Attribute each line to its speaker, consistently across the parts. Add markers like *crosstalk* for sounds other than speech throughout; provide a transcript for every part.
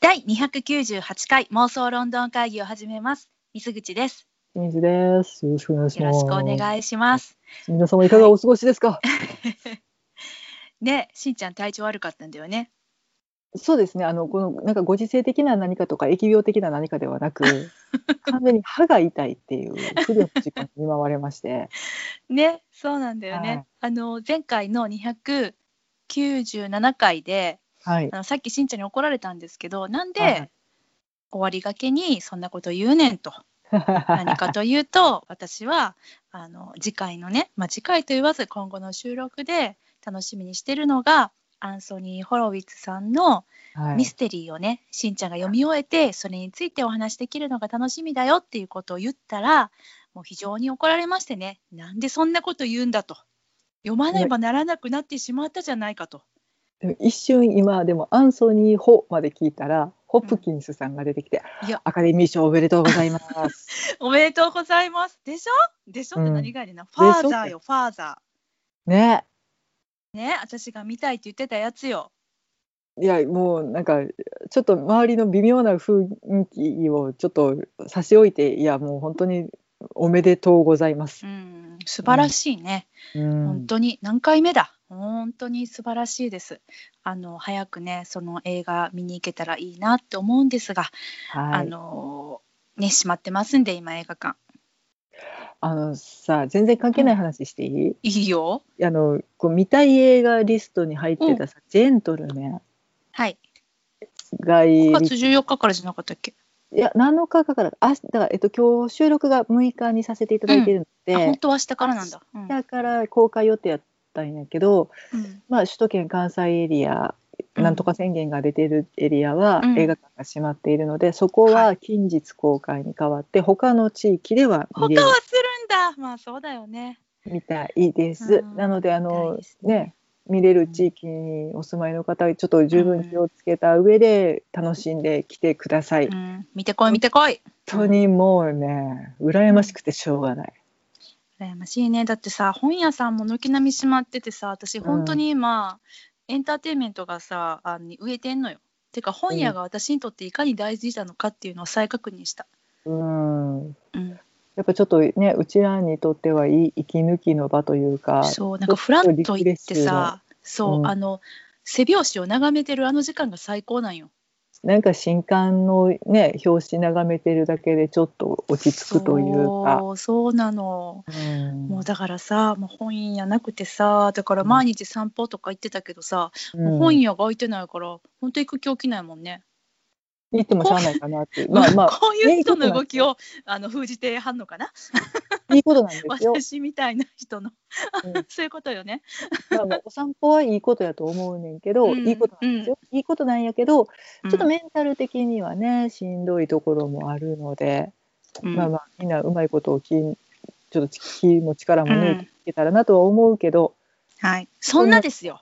Speaker 1: 第298回妄想ロンドン会議を始めます。水口です。
Speaker 2: 清水です。よろしくお願いし
Speaker 1: よ
Speaker 2: ま
Speaker 1: ろ
Speaker 2: す。
Speaker 1: しくお願いします。
Speaker 2: 皆様いかがお過ごしですか。
Speaker 1: ね、しんちゃん体調悪かったんだよね。
Speaker 2: そうですね。あのこのなんかご時世的な何かとか疫病的な何かで
Speaker 1: *laughs*
Speaker 2: はなく、完全に歯が痛いっていう不慮の時間に見舞われまして、
Speaker 1: ね、そうなんだよね。
Speaker 2: はい
Speaker 1: あの前回の297回で、
Speaker 2: はい
Speaker 1: あ。のさっきしんちゃんに怒られたんですけど、なんで、
Speaker 2: はい
Speaker 1: 終わりがけにそんなこと言うねんと何かというと私はあの次回のね、まあ、次回と言わず今後の収録で楽しみにしてるのがアンソニー・ホロウィッツさんの
Speaker 2: *laughs* はい
Speaker 1: ミステリーをね、しんちゃんが読み終えてそれについてお話できるのが楽しみだよっていうことを言ったらもう非常に怒られましてねなんでそんなこと言うんだと読まねばならなくなってしまったじゃないかと。 *laughs*
Speaker 2: でも一瞬今でもアンソニー・ホまで聞いたらホプキンスさんが出てきて、
Speaker 1: いや
Speaker 2: アカデミー賞おめでとうござ
Speaker 1: *laughs*
Speaker 2: います。
Speaker 1: おめでとうございますでしょでしょって何がやねんな、フ
Speaker 2: でしょ
Speaker 1: ァーザーよファーザ
Speaker 2: ね。
Speaker 1: ーね私が見たいって言ってたやつよ
Speaker 2: いやもうなんかちょっと周りの微妙な雰囲気をちょっと差し置いていやもう本当におめでとうございます
Speaker 1: う。ん素晴らしいね、
Speaker 2: 本
Speaker 1: 本当に何回目だ本当に素晴らしいですあの早くねその映画見に行けたらいいなって思うんですが、
Speaker 2: は
Speaker 1: あ
Speaker 2: い、
Speaker 1: のね閉まってますんで今映画館
Speaker 2: あのさ全然関係ない話していい、
Speaker 1: いいよ
Speaker 2: あのこう見たい映画リストに入ってたさ「ジェントルメン
Speaker 1: はい」
Speaker 2: がい
Speaker 1: 5
Speaker 2: い
Speaker 1: 月14日からじゃなかったっけ、
Speaker 2: いや7日かからあだから、えっと、今日収録が6日にさせていただいてるの
Speaker 1: あ本
Speaker 2: で、
Speaker 1: 当は明日からなんだ、うん
Speaker 2: だから公開予定やったんやけど、
Speaker 1: うん
Speaker 2: まあ、首都圏関西エリア
Speaker 1: うん
Speaker 2: なんとか宣言が出てるエリアは
Speaker 1: うん
Speaker 2: 映画館が閉まっているので、そこ
Speaker 1: は
Speaker 2: は近日公開に変わって他の地域では
Speaker 1: 他
Speaker 2: 見れる
Speaker 1: はするんだまあそうだよね
Speaker 2: みたいで
Speaker 1: う
Speaker 2: す。
Speaker 1: ん
Speaker 2: なのであ
Speaker 1: 見たい
Speaker 2: の
Speaker 1: ですね
Speaker 2: ね見れる地域にお住まいの方ちょっと十分気をつけた上で楽しんできてください。
Speaker 1: う
Speaker 2: 本
Speaker 1: ん見てこい見てこい
Speaker 2: 当にもうね羨ましくてしょうがない。
Speaker 1: 羨ましいねだってさ本屋さんも軒並み閉まっててさ私本当に今、エンターテインメントがさあの植えてんのよてか本屋が私にとっていかに大事なのかっていうのを再確認した、
Speaker 2: うん。
Speaker 1: うん、
Speaker 2: やっぱちょっとねうちらにとってはい息抜きの場というか。
Speaker 1: そうなんかフラッと行ってさそう、
Speaker 2: うん
Speaker 1: あの背表紙を眺めてるあの時間が最高なんよ
Speaker 2: なんか新刊のね表紙眺めてるだけでちょっと落ち着くというか。
Speaker 1: そうそうなの
Speaker 2: うん
Speaker 1: もうだからさもう本屋なくてさだから毎日散歩とか行ってたけどさ、
Speaker 2: うん
Speaker 1: もう本屋が開いてないから本当行く気起きないもんね
Speaker 2: 行ってもしゃあないかなっ
Speaker 1: *laughs*
Speaker 2: ていう。まあまあ
Speaker 1: こういう人の動きをあの封じてはんのかない
Speaker 2: いことなんですよ。
Speaker 1: 私みたいな人の
Speaker 2: う
Speaker 1: *laughs*
Speaker 2: ん
Speaker 1: そういうことよね。
Speaker 2: まあまあお散歩はいいことやと思うねんけど、
Speaker 1: うん
Speaker 2: いいことなんですよ、いいことなんやけどち
Speaker 1: ち
Speaker 2: ょっと、メンタル的にはねしんどいところもあるので、
Speaker 1: うん
Speaker 2: まあまあみんなうまいことを気にちょっと気も力も抜
Speaker 1: う
Speaker 2: いて
Speaker 1: ん
Speaker 2: いけたらなとは思うけど、
Speaker 1: はい、そんなですよ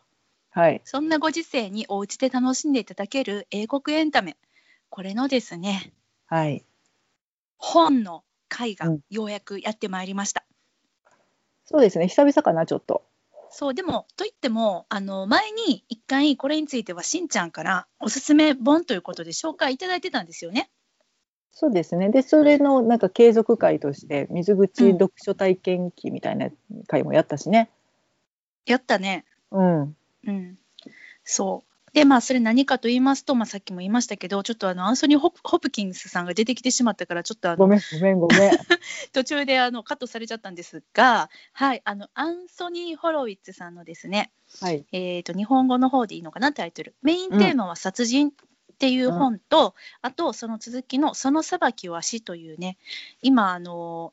Speaker 2: はい
Speaker 1: そんなご時世にお家で楽しんでいただける英国エンタメこれのですね
Speaker 2: はい
Speaker 1: 本の会が
Speaker 2: うん
Speaker 1: ようやくやってまいりました。
Speaker 2: そうですね久々かなちょっと。
Speaker 1: そうでもといってもあの前に一回これについてはしんちゃんからおすすめ本ということで紹介いただいてたんですよね。
Speaker 2: そうですねでそれのなんか継続会として水口読書体験記みたいな会もやったしね。
Speaker 1: やったね。
Speaker 2: うん、
Speaker 1: うん、そうでまあそれ何かと言いますと、まあ、さっきも言いましたけどちょっとあのアンソニーホプ・ホプキンスさんが出てきてしまったからちょっとあ
Speaker 2: ご
Speaker 1: の
Speaker 2: めんごめんご *laughs* めん。
Speaker 1: 途中であのカットされちゃったんですが、はい、あのアンソニー・ホロウィッツさんのですね、
Speaker 2: はい、
Speaker 1: えー、と日本語の方でいいのかなタイトルメインテーマは「殺人」っていう本と、あとその続きの「その裁きは死」というね今あの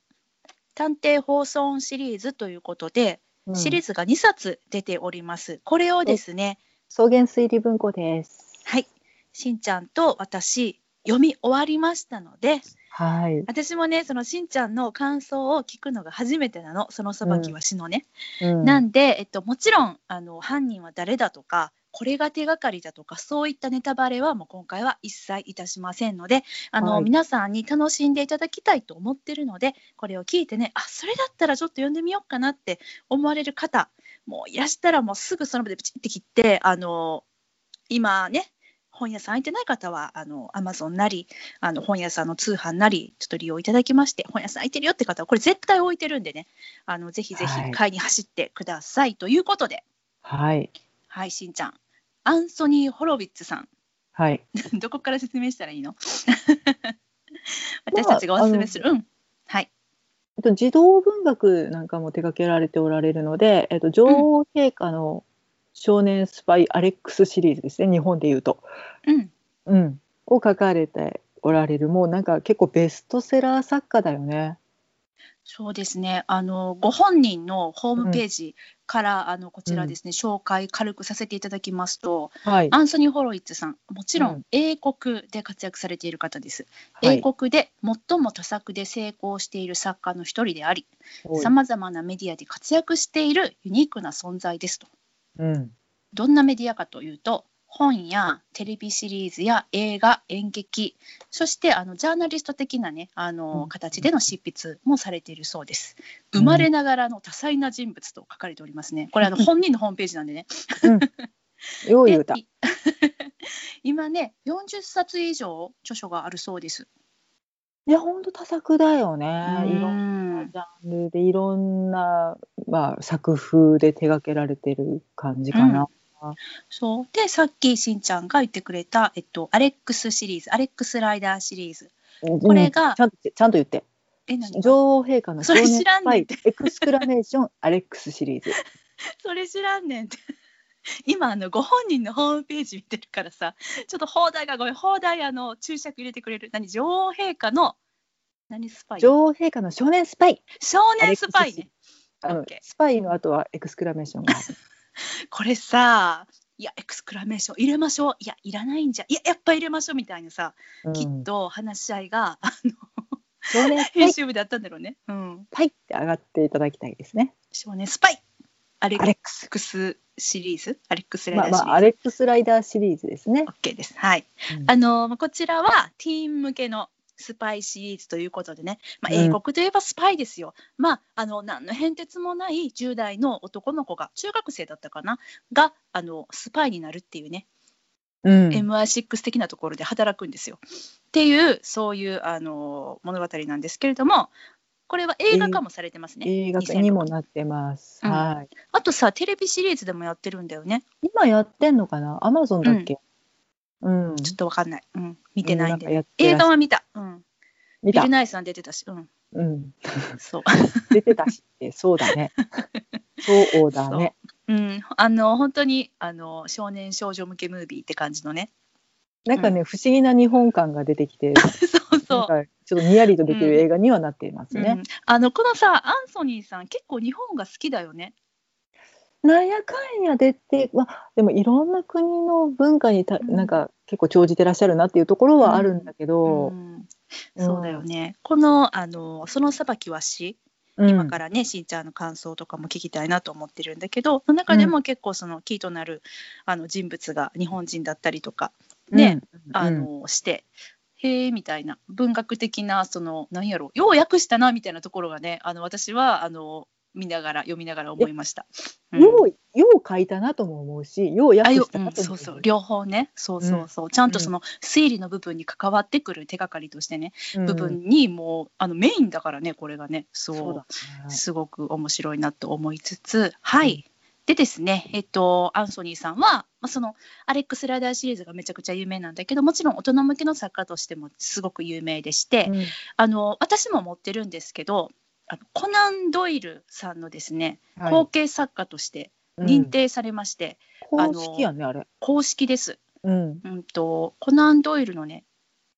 Speaker 1: 探偵放送シリーズということで、
Speaker 2: うん
Speaker 1: シリーズが2冊出ております。これをですね、
Speaker 2: 草原推理文庫です。
Speaker 1: はい、しんちゃんと私読み終わりましたので
Speaker 2: はい。
Speaker 1: 私もねそのしんちゃんの感想を聞くのが初めてなのその裁きは死のね、
Speaker 2: うん
Speaker 1: なんで、えっと、もちろんあの犯人は誰だとかこれが手がかりだとかそういったネタバレはもう今回は一切いたしませんのであの、
Speaker 2: はい
Speaker 1: 皆さんに楽しんでいただきたいと思ってるのでこれを聞いてねあそれだったらちょっと読んでみようかなって思われる方もういらしたらもうすぐその場でプチって切ってあの今ね本屋さん空いてない方は、あの、アマゾンなり、あの、本屋さんの通販なり、ちょっと利用いただきまして、本屋さん空いてるよって方は、これ絶対置いてるんでね、あの、ぜひぜ
Speaker 2: は
Speaker 1: ひ
Speaker 2: い
Speaker 1: 買いに走ってください。ということで、
Speaker 2: はい。
Speaker 1: はい、しんちゃん。アンソニー・ホロビッツさん。 *laughs*
Speaker 2: はい。
Speaker 1: どこから説明したらいいの *laughs* 私たちがおすすめする。うん。はい。
Speaker 2: えっと、児童文学なんかも手掛けられておられるので、えっと、女王陛下の少年スパイアレックスシリーズですね、日本でいうと。
Speaker 1: うん。
Speaker 2: うん。を書かれておられる、もうなんか結構ベストセラー作家だよね。
Speaker 1: そうですね。あの、ご本人のホームページから、あの、こちらですね、紹介軽くさせていただきますと、
Speaker 2: はい。
Speaker 1: アンソニー・ホロイッツさん、もちろ
Speaker 2: うん
Speaker 1: ん英国で活躍されている方です。
Speaker 2: はい
Speaker 1: 英国で最も著作で成功している作家の一人であり、
Speaker 2: おい
Speaker 1: さまざまなメディアで活躍しているユニークな存在ですと。
Speaker 2: うん。
Speaker 1: どんなメディアかというと本やテレビシリーズや映画演劇そしてあのジャーナリスト的なねあ
Speaker 2: うん
Speaker 1: の形での執筆もされているそうです生まれながらの多彩な人物と書かれておりますねこれあの本人のホームページなんでね
Speaker 2: よう言うた *laughs*
Speaker 1: で。い *laughs* 今ね40冊以上著書があるそうです
Speaker 2: いや、ほんと多作だよね。いろんな
Speaker 1: うん
Speaker 2: ジャンルでいろんな、まあ、作風で手掛けられてる感じかな。
Speaker 1: そうでさっきしんちゃんが言ってくれた、えっと、アレックスシリーズアレックスライダーシリーズこれが
Speaker 2: うんちゃんとちゃんと言って。
Speaker 1: え何
Speaker 2: 女王陛下の
Speaker 1: それ知らんねん
Speaker 2: 少年スパイエクスクラメーシ
Speaker 1: *laughs*
Speaker 2: ョンアレックスシリーズ。
Speaker 1: それ知らんねんって。 *laughs* 今あのご本人のホームページ見てるからさちょっと放題がごめん放題あの注釈入れてくれる何女王陛下の何スパイ少
Speaker 2: 女王陛下の少年スパイ。
Speaker 1: 年スパイね
Speaker 2: あ
Speaker 1: オ
Speaker 2: の
Speaker 1: ッケー
Speaker 2: スパイの後はエクスクラメーションが。
Speaker 1: これさいやエクスクラメーション入れましょういやいらないんじゃいややっぱ入れましょうみたいなさ、
Speaker 2: う
Speaker 1: *laughs*
Speaker 2: ん
Speaker 1: きっと話し合いがあ
Speaker 2: 少年スパイ
Speaker 1: 編
Speaker 2: ス
Speaker 1: 集部であったんだろうね、うん、
Speaker 2: パイって上がっていただきたいで
Speaker 1: *laughs*
Speaker 2: すね。
Speaker 1: 少年スパイアレ
Speaker 2: アレ
Speaker 1: ッ
Speaker 2: ックス。
Speaker 1: クスシリーズアレックスライ
Speaker 2: ま
Speaker 1: ダーシリ
Speaker 2: あま
Speaker 1: ーズ、
Speaker 2: あアレックスライダーシリーズですね。
Speaker 1: OK ですはい
Speaker 2: うん
Speaker 1: あのまあこちらはティーン向けのスパイシリーズということでね、まあ、
Speaker 2: うん
Speaker 1: 英国といえばスパイですよ、まあ、あの何の変哲もない10代の男の子が中学生だったかながあのスパイになるっていうね、
Speaker 2: うん。
Speaker 1: MI6 的なところで働くんですよ。っていうそういうあの物語なんですけれどもこれは映画化もされてますね。
Speaker 2: 映画化にもなってます。
Speaker 1: うん
Speaker 2: はい。
Speaker 1: あとさテレビシリーズでもやってるんだよね
Speaker 2: 今やってんのかな？アマゾンだっけ？うん。
Speaker 1: ちょっとわかんない、うん、見てないんで、
Speaker 2: うやってら
Speaker 1: 映
Speaker 2: っしゃ
Speaker 1: 画は見た、うん、
Speaker 2: 見
Speaker 1: ビ
Speaker 2: た
Speaker 1: ル・。ナイスさん出てたし、うん、
Speaker 2: うん。 *laughs*
Speaker 1: そう
Speaker 2: 出てたし
Speaker 1: *laughs*
Speaker 2: ってそうだね。そうだね。
Speaker 1: うん、あの本当にあの少年少女向けムービーって感じのね
Speaker 2: なんかね、不思議な日本感が出てきて、
Speaker 1: そう
Speaker 2: な
Speaker 1: *laughs* そ
Speaker 2: ん
Speaker 1: う、
Speaker 2: かちょっとにやりとでき
Speaker 1: うん
Speaker 2: る映画にはなっています
Speaker 1: う
Speaker 2: ね。
Speaker 1: ん、あのこのさアンソニーさん結構日本が好きだよね
Speaker 2: なんやかんや出て、まあ、でもいろんな国の文化にた、
Speaker 1: うん
Speaker 2: なんか結構長じてらっしゃるなっていうところはあるんだけど、
Speaker 1: ん、
Speaker 2: うん
Speaker 1: そうだよねこのあの「その裁きは死」
Speaker 2: うん
Speaker 1: 今からねしんちゃんの感想とかも聞きたいなと思ってるんだけどその中でも結構そのキーとなるあの人物が日本人だったりとかね、
Speaker 2: うん
Speaker 1: あのして、へえみたいな文学的なその何やろよう訳したなみたいなところがねあの私はあの見ながら読みながら思いました。
Speaker 2: う
Speaker 1: うんん
Speaker 2: ようよう書いたなとも思うし、よう
Speaker 1: あ
Speaker 2: 訳
Speaker 1: よ
Speaker 2: し
Speaker 1: う
Speaker 2: た
Speaker 1: ん
Speaker 2: なとも
Speaker 1: そ
Speaker 2: 思
Speaker 1: うそう両方ねそうそうそう、ちゃんとその推理の部分に関わってくる手がかりとしてね、
Speaker 2: うん
Speaker 1: 部分にもうあのメインだからねこれがねそう
Speaker 2: そうだね
Speaker 1: すごく面白いなと思いつつはい、でですねえっとアンソニーさんは、まあ、そのアレックス・ライダーシリーズがめちゃくちゃ有名なんだけどもちろん大人向けの作家としてもすごく有名でして、
Speaker 2: うん
Speaker 1: あの私も持ってるんですけどあのコナン・ドイルさんのですね
Speaker 2: はい
Speaker 1: 後継作家として認定されまして、
Speaker 2: うん
Speaker 1: あの
Speaker 2: 公式やねあれ。
Speaker 1: 公式です、
Speaker 2: うん。
Speaker 1: うんと、コナン・ドイルのね、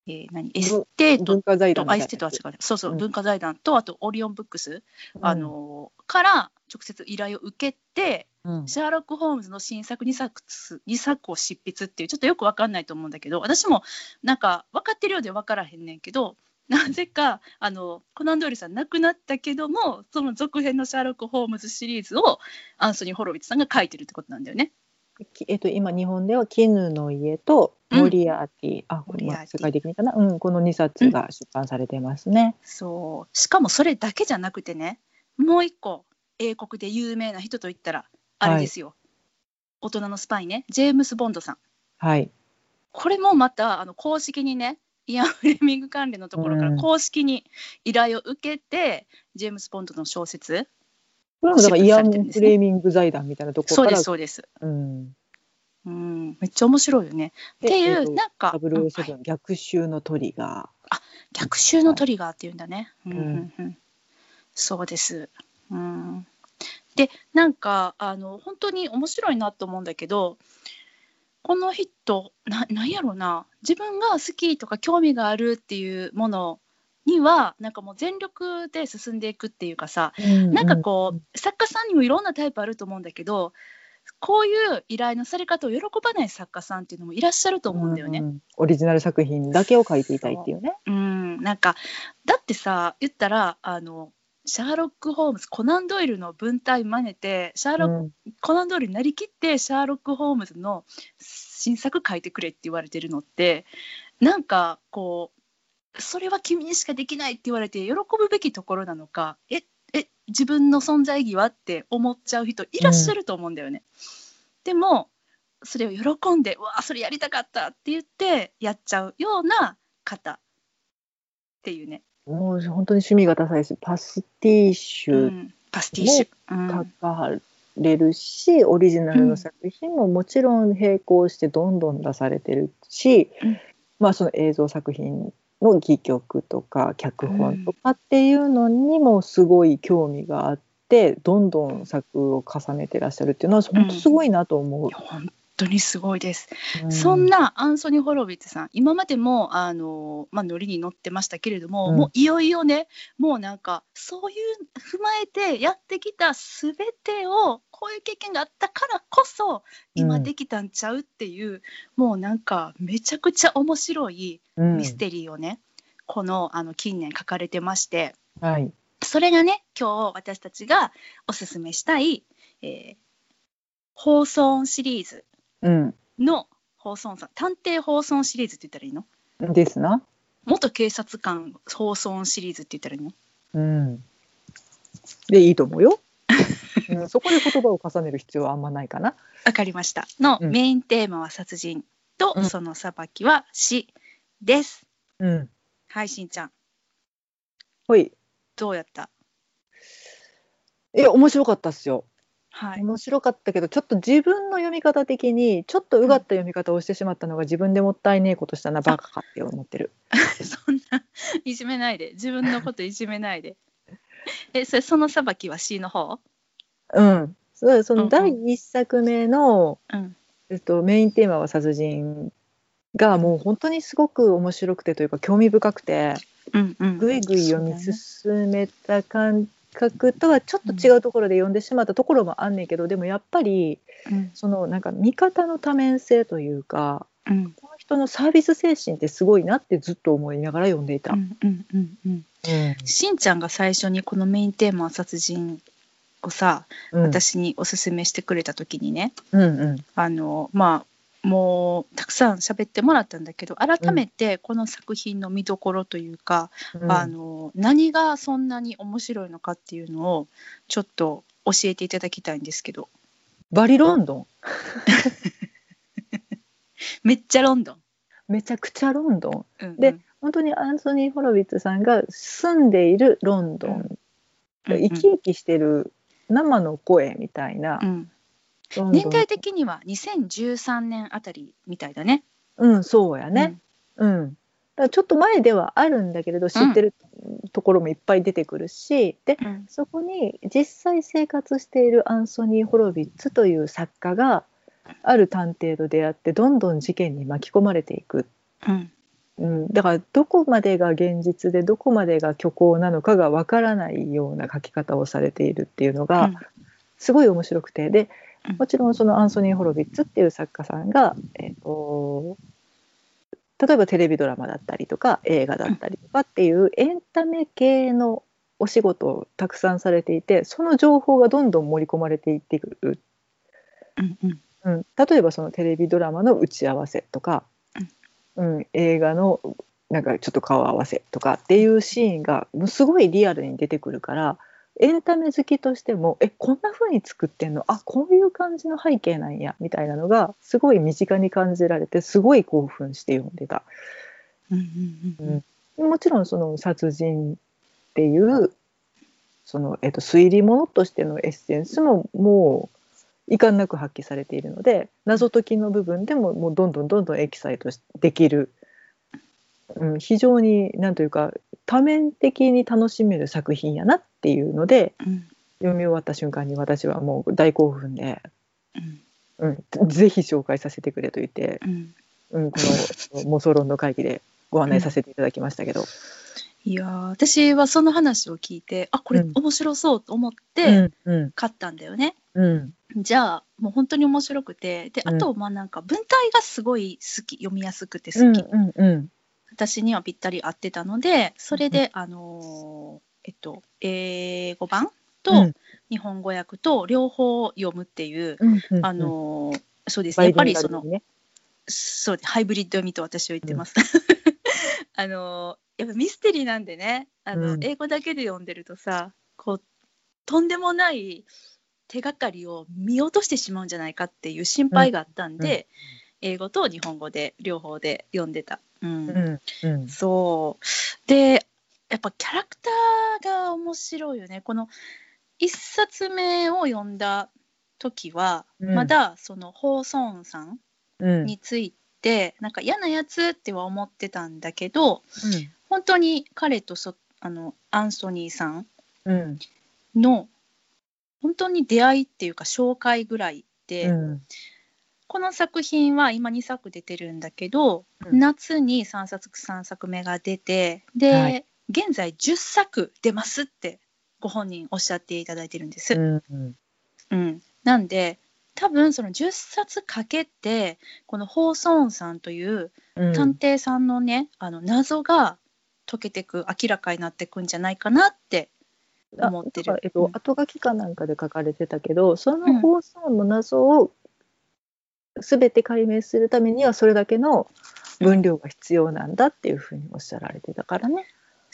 Speaker 1: えー何エステート
Speaker 2: 文化財団
Speaker 1: と
Speaker 2: みた
Speaker 1: あエ
Speaker 2: いなや
Speaker 1: ス
Speaker 2: つ
Speaker 1: テートは違うねそうそう、
Speaker 2: うん
Speaker 1: 文化財団とあとオリオンブックス、あ、のから直接依頼を受けて
Speaker 2: うんうん
Speaker 1: シャーロック・ホームズの新作2作つ二作を執筆っていうちょっとよく分かんないと思うんだけど私もなんか分かってるようで分からへんねんけど *laughs* なぜかあのコナン・ドイルさん亡くなったけどもその続編のシャーロック・ホームズシリーズをアンソニー・ホロウィッツさんが書いてるってことなんだよね。
Speaker 2: きえっと、今日本では「絹の家」と「
Speaker 1: うん
Speaker 2: モリアーティ」あこれ
Speaker 1: モリア
Speaker 2: は
Speaker 1: ーティ
Speaker 2: 世界的にかな、うん、この2冊が出版されてますね。
Speaker 1: そうしかもそれだけじゃなくてねもう一個英国で有名な人といったらあれですよ、大人のスパイねジェームス・ボンドさん。
Speaker 2: はい
Speaker 1: これもまたあの公式にねイアン・フレミング関連のところから
Speaker 2: うん
Speaker 1: 公式に依頼を受けて、ジェームス・ポンドの小説
Speaker 2: これはだから
Speaker 1: シップ
Speaker 2: イ
Speaker 1: さ
Speaker 2: ア
Speaker 1: れてるん
Speaker 2: ン・
Speaker 1: です
Speaker 2: フ
Speaker 1: ね
Speaker 2: レーミング財団みたいなところ
Speaker 1: そう
Speaker 2: か
Speaker 1: で
Speaker 2: ら
Speaker 1: すそうです、
Speaker 2: うん、
Speaker 1: うん、めっちゃ面白いよねっ
Speaker 2: で
Speaker 1: てい
Speaker 2: え
Speaker 1: う、
Speaker 2: っと
Speaker 1: なんか、うんはい
Speaker 2: 007、逆襲のトリガ
Speaker 1: 逆襲のトリガーっていうんだね。うん
Speaker 2: ん
Speaker 1: うんうん、そうです。うん、でなんかあの本当に面白いなと思うんだけどこの人ななんやろうな自分が好きとか興味があるっていうものにはなんかもう全力で進んでいくっていうかさ
Speaker 2: ー。う
Speaker 1: なんかこう、
Speaker 2: うん
Speaker 1: 作家さんにもいろんなタイプあると思うんだけどこういう依頼のされ方を喜ばない作家さんっていうのもいらっしゃると思うんだよね。
Speaker 2: うオリジナル作品だけを書いていたいっていうね。
Speaker 1: うん、なんかだってさ言ったらあのシャーロック・ホームズコナン・ドイルの文体真似てシャーロック、
Speaker 2: うん
Speaker 1: コナン・ドイルになりきってシャーロック・ホームズの新作書いてくれって言われてるのってなんかこうそれは君にしかできないって言われて喜ぶべきところなのかええ自分の存在意義はって思っちゃう人いらっしゃると思うんだよね。でもそれを喜んで「うわあそれやりたかった」って言ってやっちゃうような方っていうね、
Speaker 2: もう本当に趣味が多彩です。パスティッシ
Speaker 1: う
Speaker 2: ュ
Speaker 1: ん、パスティッシュ。うん
Speaker 2: 書かれるし、オリジナルの作品ももちろん並行してどんどん出されてるし、
Speaker 1: うん
Speaker 2: まあその映像作品の戯曲とか脚本とかっていうのにもすごい興味があって、どんどん作を重ねてらっしゃるっていうのは本当すごいなと思う
Speaker 1: いや。本当にすごいです。
Speaker 2: う
Speaker 1: そんなアンソニー・ホロビッツさん、今までもあの、まあ、ノリに乗ってましたけれども、
Speaker 2: うん
Speaker 1: もういよいよね、もうなんか、そういう踏まえてやってきたすべてを、こういう経験があったからこそ、今
Speaker 2: うん
Speaker 1: できたんちゃうっていう、もうなんか、めちゃくちゃ面白い
Speaker 2: うん
Speaker 1: ミステリーをね、このあの近年、書かれてまして、
Speaker 2: はい。
Speaker 1: それがね、今日私たちがおすすめしたい、えー、放送シリーズ。
Speaker 2: うん。
Speaker 1: の放送さん探偵放送シリーズって言ったらいいの
Speaker 2: ですな。
Speaker 1: 元警察官放送シリーズって言ったらいいの
Speaker 2: うん。で、いいと思うよ。うん、そこで言葉を重ねる必要はあんまないかな。
Speaker 1: わかりましたの、
Speaker 2: うん
Speaker 1: メインテーマは殺人と、
Speaker 2: うん
Speaker 1: その裁きは死です
Speaker 2: うん。
Speaker 1: はいしんちゃん
Speaker 2: ほい。
Speaker 1: どうやった
Speaker 2: え、面白かったっすよ。
Speaker 1: はい
Speaker 2: 面白かったけど、ちょっと自分の読み方的に、ちょっとうがった読み方をしてしまったのが自分でもったいねえことしたな、バカかって思ってる。
Speaker 1: *laughs* そんないじめないで自分のこといじめないで *laughs* えそれその裁きは死の方
Speaker 2: うん。そうそ
Speaker 1: うんう
Speaker 2: の
Speaker 1: ん
Speaker 2: 第一作目の、
Speaker 1: うん
Speaker 2: えっと、メインテーマは殺人がもう本当にすごく面白くてというか興味深くて。
Speaker 1: うんうん
Speaker 2: ぐいぐい読
Speaker 1: そうだよ
Speaker 2: み
Speaker 1: ね
Speaker 2: 進めた感覚とはちょっと違うところで読んでしまったところもあんねんけど、でもやっぱり
Speaker 1: うん
Speaker 2: そのなんか見方の多面性というか
Speaker 1: うん
Speaker 2: この人のサービス精神ってすごいなってずっと思いながら読んでいた。
Speaker 1: うんうんうんうんしんちゃんが最初にこのメインテーマは殺人をさ
Speaker 2: うん
Speaker 1: 私におすすめしてくれた時にね、
Speaker 2: うんうん
Speaker 1: あのまあもうたくさん喋ってもらったんだけど改めてこの作品の見どころというか、
Speaker 2: うん
Speaker 1: あの何がそんなに面白いのかっていうのをちょっと教えていただきたいんですけど
Speaker 2: バリロンドン
Speaker 1: めっちゃロンドン。
Speaker 2: めちゃくちゃロンドン
Speaker 1: うんうん
Speaker 2: で本当にアンソニー・ホロビッツさんが住んでいるロンド
Speaker 1: うん
Speaker 2: ン、
Speaker 1: うんうん
Speaker 2: 生き生きしてる生の声みたいな、
Speaker 1: うん
Speaker 2: ロンドン
Speaker 1: 年代的には2013年あたりみたいだね。
Speaker 2: うんそうやね、うん、だからちょっと前ではあるんだけれど知ってるところもいっぱい出てくるし、で
Speaker 1: うん。うん
Speaker 2: そこに実際生活しているアンソニー・ホロビッツという作家がある探偵と出会ってどんどん事件に巻き込まれていく、
Speaker 1: うん
Speaker 2: うん、だからどこまでが現実でどこまでが虚構なのかがわからないような書き方をされているっていうのがすごい面白くてで
Speaker 1: うん
Speaker 2: もちろんそのアンソニー・ホロビッツっていう作家さんが、えっと例えばテレビドラマだったりとか映画だったりとかっていうエンタメ系のお仕事をたくさんされていてその情報がどんどん盛り込まれていってくる、
Speaker 1: うんうん
Speaker 2: うん、例えばそのテレビドラマの打ち合わせとか、うん、映画のなんかちょっと顔合わせとかっていうシーンがもうすごいリアルに出てくるからエンタメ好きとしてもえこんな風に作ってんのあこういう感じの背景なんやみたいなのがすごい身近に感じられてすごい興奮して読んでた。
Speaker 1: うんうんうんうん
Speaker 2: もちろんその殺人っていうその、えっと推理物としてのエッセンスももう遺憾なく発揮されているので謎解きの部分でももうどんどんどんどんエキサイトしできる、うん、非常に何というか多面的に楽しめる作品やなっていうので
Speaker 1: うん
Speaker 2: 読み終わった瞬間に私はもう大興奮で、
Speaker 1: うん
Speaker 2: うん、ぜひ紹介させてくれと言って、
Speaker 1: うん
Speaker 2: うん、この妄想論の会議でご案内させていただきましたけど。
Speaker 1: いやー私はその話を聞いてあこれ
Speaker 2: うん
Speaker 1: 面白そうと思って
Speaker 2: うんうん
Speaker 1: 買ったんだよね。
Speaker 2: うん
Speaker 1: じゃあもう本当に面白くてで
Speaker 2: うん
Speaker 1: あとまあなんか文体がすごい好き読みやすくて好き、
Speaker 2: うんうんうん
Speaker 1: 私にはぴったり合ってたのでそれで、あのーえっと英語版
Speaker 2: う
Speaker 1: と
Speaker 2: ん
Speaker 1: 日本語訳と両方読むっていう、
Speaker 2: うんうんうん
Speaker 1: あのーそうですね
Speaker 2: バ
Speaker 1: や
Speaker 2: イ
Speaker 1: っぱ
Speaker 2: リン
Speaker 1: り
Speaker 2: ガ
Speaker 1: そ
Speaker 2: ル
Speaker 1: の
Speaker 2: にね
Speaker 1: そうハイブリッド読みと私は言ってます。 *laughs* あのやっぱミステリーなんでねあの、
Speaker 2: うん
Speaker 1: 英語だけで読んでるとさこうとんでもない手がかりを見落としてしまうんじゃないかっていう心配があったんで、英語と日本語で両方で読んでた。うん
Speaker 2: うんうん
Speaker 1: そうでやっぱキャラクターが面白いよねこの1冊目を読んだ時は、
Speaker 2: うん
Speaker 1: まだそのホーソンさん
Speaker 2: うん
Speaker 1: についてなんか嫌なやつっては思ってたんだけど本当に彼とそあのアンソニーさん
Speaker 2: うんうん
Speaker 1: の本当に出会いっていうか紹介ぐらいで、
Speaker 2: うん
Speaker 1: この作品は今2作出てるんだけど、
Speaker 2: うん
Speaker 1: 夏に3作3作目が出てで、
Speaker 2: はい
Speaker 1: 現在10作出ますってご本人おっしゃっていただいてるんです。
Speaker 2: うん
Speaker 1: うん、なんで多分その10冊かけてこのホーソーンさんという
Speaker 2: うん
Speaker 1: 探偵さんのね、あの謎が解けてく明らかになってくんじゃないかなって
Speaker 2: あ
Speaker 1: 思って
Speaker 2: なん
Speaker 1: る。
Speaker 2: かえっ
Speaker 1: う
Speaker 2: と
Speaker 1: ん
Speaker 2: 後書きかなんかで書かれてたけどそ
Speaker 1: うん
Speaker 2: の放送の謎を全て解明するためにはそれだけの分量が必要なんだっていうふうにおっしゃられてたからね。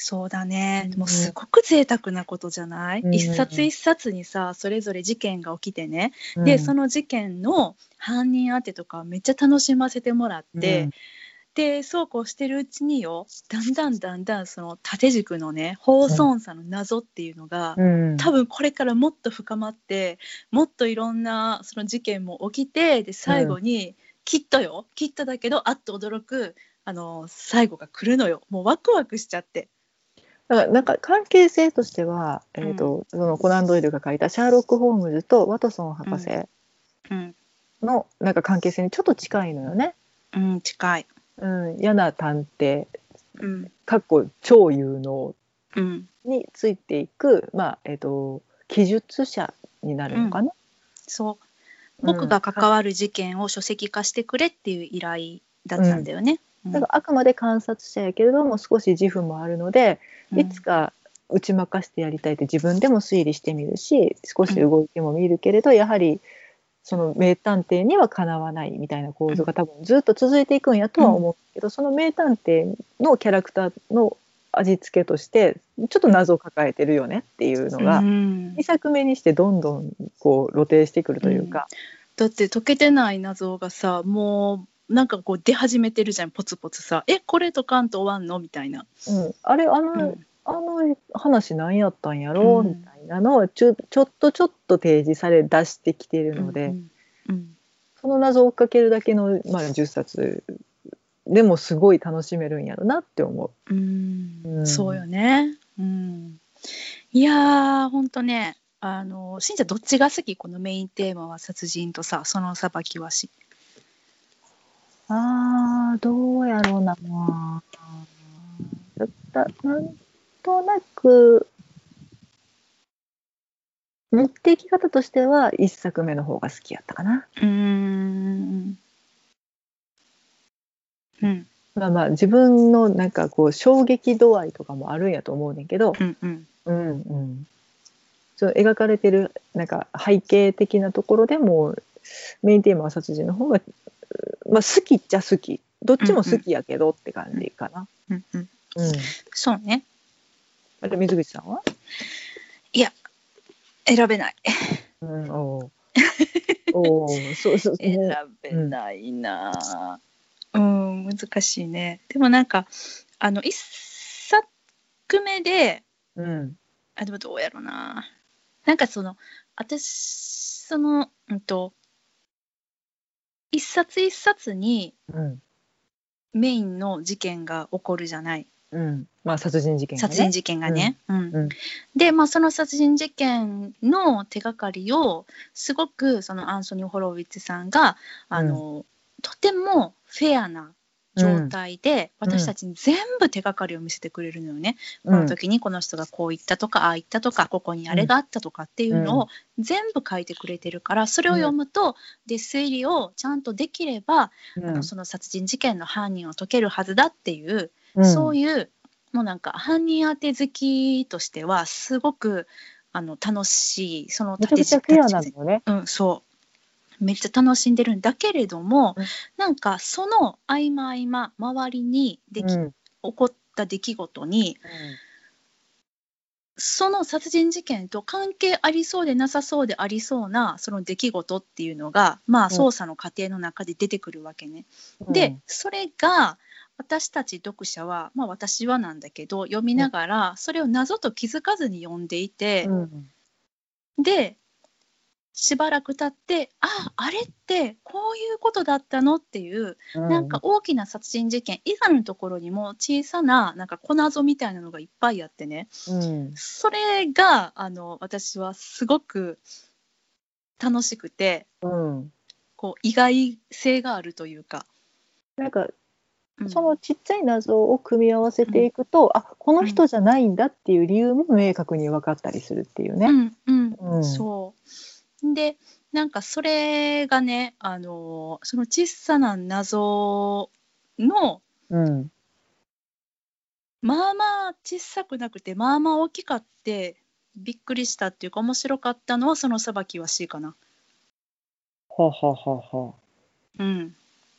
Speaker 1: そうだね、
Speaker 2: うん
Speaker 1: もうすごく贅沢なことじゃない、
Speaker 2: うん
Speaker 1: 一冊一冊にさそれぞれ事件が起きてね、
Speaker 2: う
Speaker 1: で
Speaker 2: ん
Speaker 1: その事件の犯人当てとかめっちゃ楽しませてもらって、でそうこうしてるうちによだんだんだんだんその縦軸のね放送さんの謎っていうのが、
Speaker 2: うん
Speaker 1: 多分これからもっと深まってもっといろんなその事件も起きてで最後に、きっとよきっとだけどあっと驚くあの最後が来るのよもうワクワクしちゃって。
Speaker 2: だからなんか関係性としては、えーとそのコナン・ドイルが書いたシャーロック・ホームズとワトソン博士
Speaker 1: うん、
Speaker 2: のなんか関係性にちょっと近いのよね。
Speaker 1: うん、近い。
Speaker 2: うん、嫌な探偵
Speaker 1: うん、
Speaker 2: かっこ超有能
Speaker 1: うん、
Speaker 2: についていく、まあえっと記述者になるのかな。
Speaker 1: そう。
Speaker 2: うん
Speaker 1: 僕が関わる事件を書籍化してくれっていう依頼だったんだよね。うん
Speaker 2: だからあくまで観察者やけれども少し自負もあるので、
Speaker 1: うん
Speaker 2: いつか打ち負かしてやりたいって自分でも推理してみるし少し動いても見るけれど、やはりその名探偵にはかなわないみたいな構図が多分ずっと続いていくんやとは思うけど、その名探偵のキャラクターの味付けとしてちょっと謎を抱えてるよねっていうのが、
Speaker 1: うん
Speaker 2: 2作目にしてどんどんこう露呈してくるというか、
Speaker 1: だって解けてない謎がさもうなんかこう出始めてるじゃんポツポツさ「えこれとかんと終わんの?」みたいな。
Speaker 2: うんあれあの、
Speaker 1: うん
Speaker 2: あの話何やったんや
Speaker 1: う
Speaker 2: ろ
Speaker 1: ん
Speaker 2: みたいなのをちょちょっとちょっと提示され出してきているので、
Speaker 1: うんうん
Speaker 2: その謎を追っかけるだけの、まあ、10冊でもすごい楽しめるんやろなって思
Speaker 1: うん
Speaker 2: うん
Speaker 1: そうよね。うん、いやーほんとねあのしんちゃんどっちが好きこのメインテーマは殺人とさその裁きはし。
Speaker 2: う。ああどうやろうな。だったなんとなく持っていき方としては1作目の方が好きやったかな。
Speaker 1: うーんうん
Speaker 2: まあまあ自分のなんかこう衝撃度合いとかもあるんやと思うねんけど、
Speaker 1: うんうん
Speaker 2: うんうん、その描かれてるなんか背景的なところでもメインテーマは殺人の方が、まあ、好きっちゃ好きどっちも好きやけどって感じかな。
Speaker 1: うんうん
Speaker 2: うん
Speaker 1: そうね
Speaker 2: あれ水口さんは、
Speaker 1: いや選べない。
Speaker 2: うん、おーおーそう
Speaker 1: *laughs*
Speaker 2: そう
Speaker 1: 選
Speaker 2: ね
Speaker 1: べないなあ、うん、難しいねでもなんかあの一作目で
Speaker 2: うん
Speaker 1: あでもどうやろななんかその私そのうんと一冊一冊に
Speaker 2: うん
Speaker 1: メインの事件が起こるじゃない
Speaker 2: うんまあ殺人事件がね
Speaker 1: 殺人事件がね。うん
Speaker 2: うん
Speaker 1: で、まあ、その殺人事件の手がかりをすごくそのアンソニー・ホロウィッツさんがあの、とてもフェアな状態で、
Speaker 2: うん
Speaker 1: 私たちに全部手がかりを見せてくれるのよね、
Speaker 2: う
Speaker 1: こ
Speaker 2: ん
Speaker 1: の時にこの人がこう言ったとかああ言ったとかここにあれがあったとかっていうのを全部書いてくれてるからそれを読むと、で推理をちゃんとできれば、あのその殺人事件の犯人を解けるはずだっていうそういうもうなんか犯人当て好きとしてはすごくあの楽しいその
Speaker 2: めちゃくちゃフェアなのよね。
Speaker 1: うん、そうめっちゃ楽しんでるんだけれども、
Speaker 2: うん
Speaker 1: なんかその合間合間周りにでき、
Speaker 2: うんうん
Speaker 1: 起こった出来事にその殺人事件と関係ありそうでなさそうでありそうなその出来事っていうのがまあ
Speaker 2: うん
Speaker 1: 捜査の過程の中で出てくるわけね。で、それが私たち読者は、まあ、私はなんだけど読みながらそれを謎と気づかずに読んでいて
Speaker 2: う、ん
Speaker 1: でしばらく経ってああれってこういうことだったのっていう、
Speaker 2: う
Speaker 1: なんか大きな殺人事件以外のところにも小さななんか小謎みたいなのがいっぱいあってね
Speaker 2: うん
Speaker 1: それがあの私はすごく楽しくて
Speaker 2: うん
Speaker 1: こう意外性があるというか。
Speaker 2: なんか
Speaker 1: うん
Speaker 2: そのちっちゃい謎を組み合わせていくと、あこの人じゃないんだっていう理由も明確に分かったりするっていう
Speaker 1: う
Speaker 2: ね。
Speaker 1: んうん
Speaker 2: うん
Speaker 1: そう。でなんかそれがね、あのーその小さな謎の
Speaker 2: うん
Speaker 1: まあまあ小さくなくてまあまあ大きかってびっくりしたっていうか面白かったのはそのさばきは C かな。
Speaker 2: ほうほうほうほ
Speaker 1: うん、
Speaker 2: う。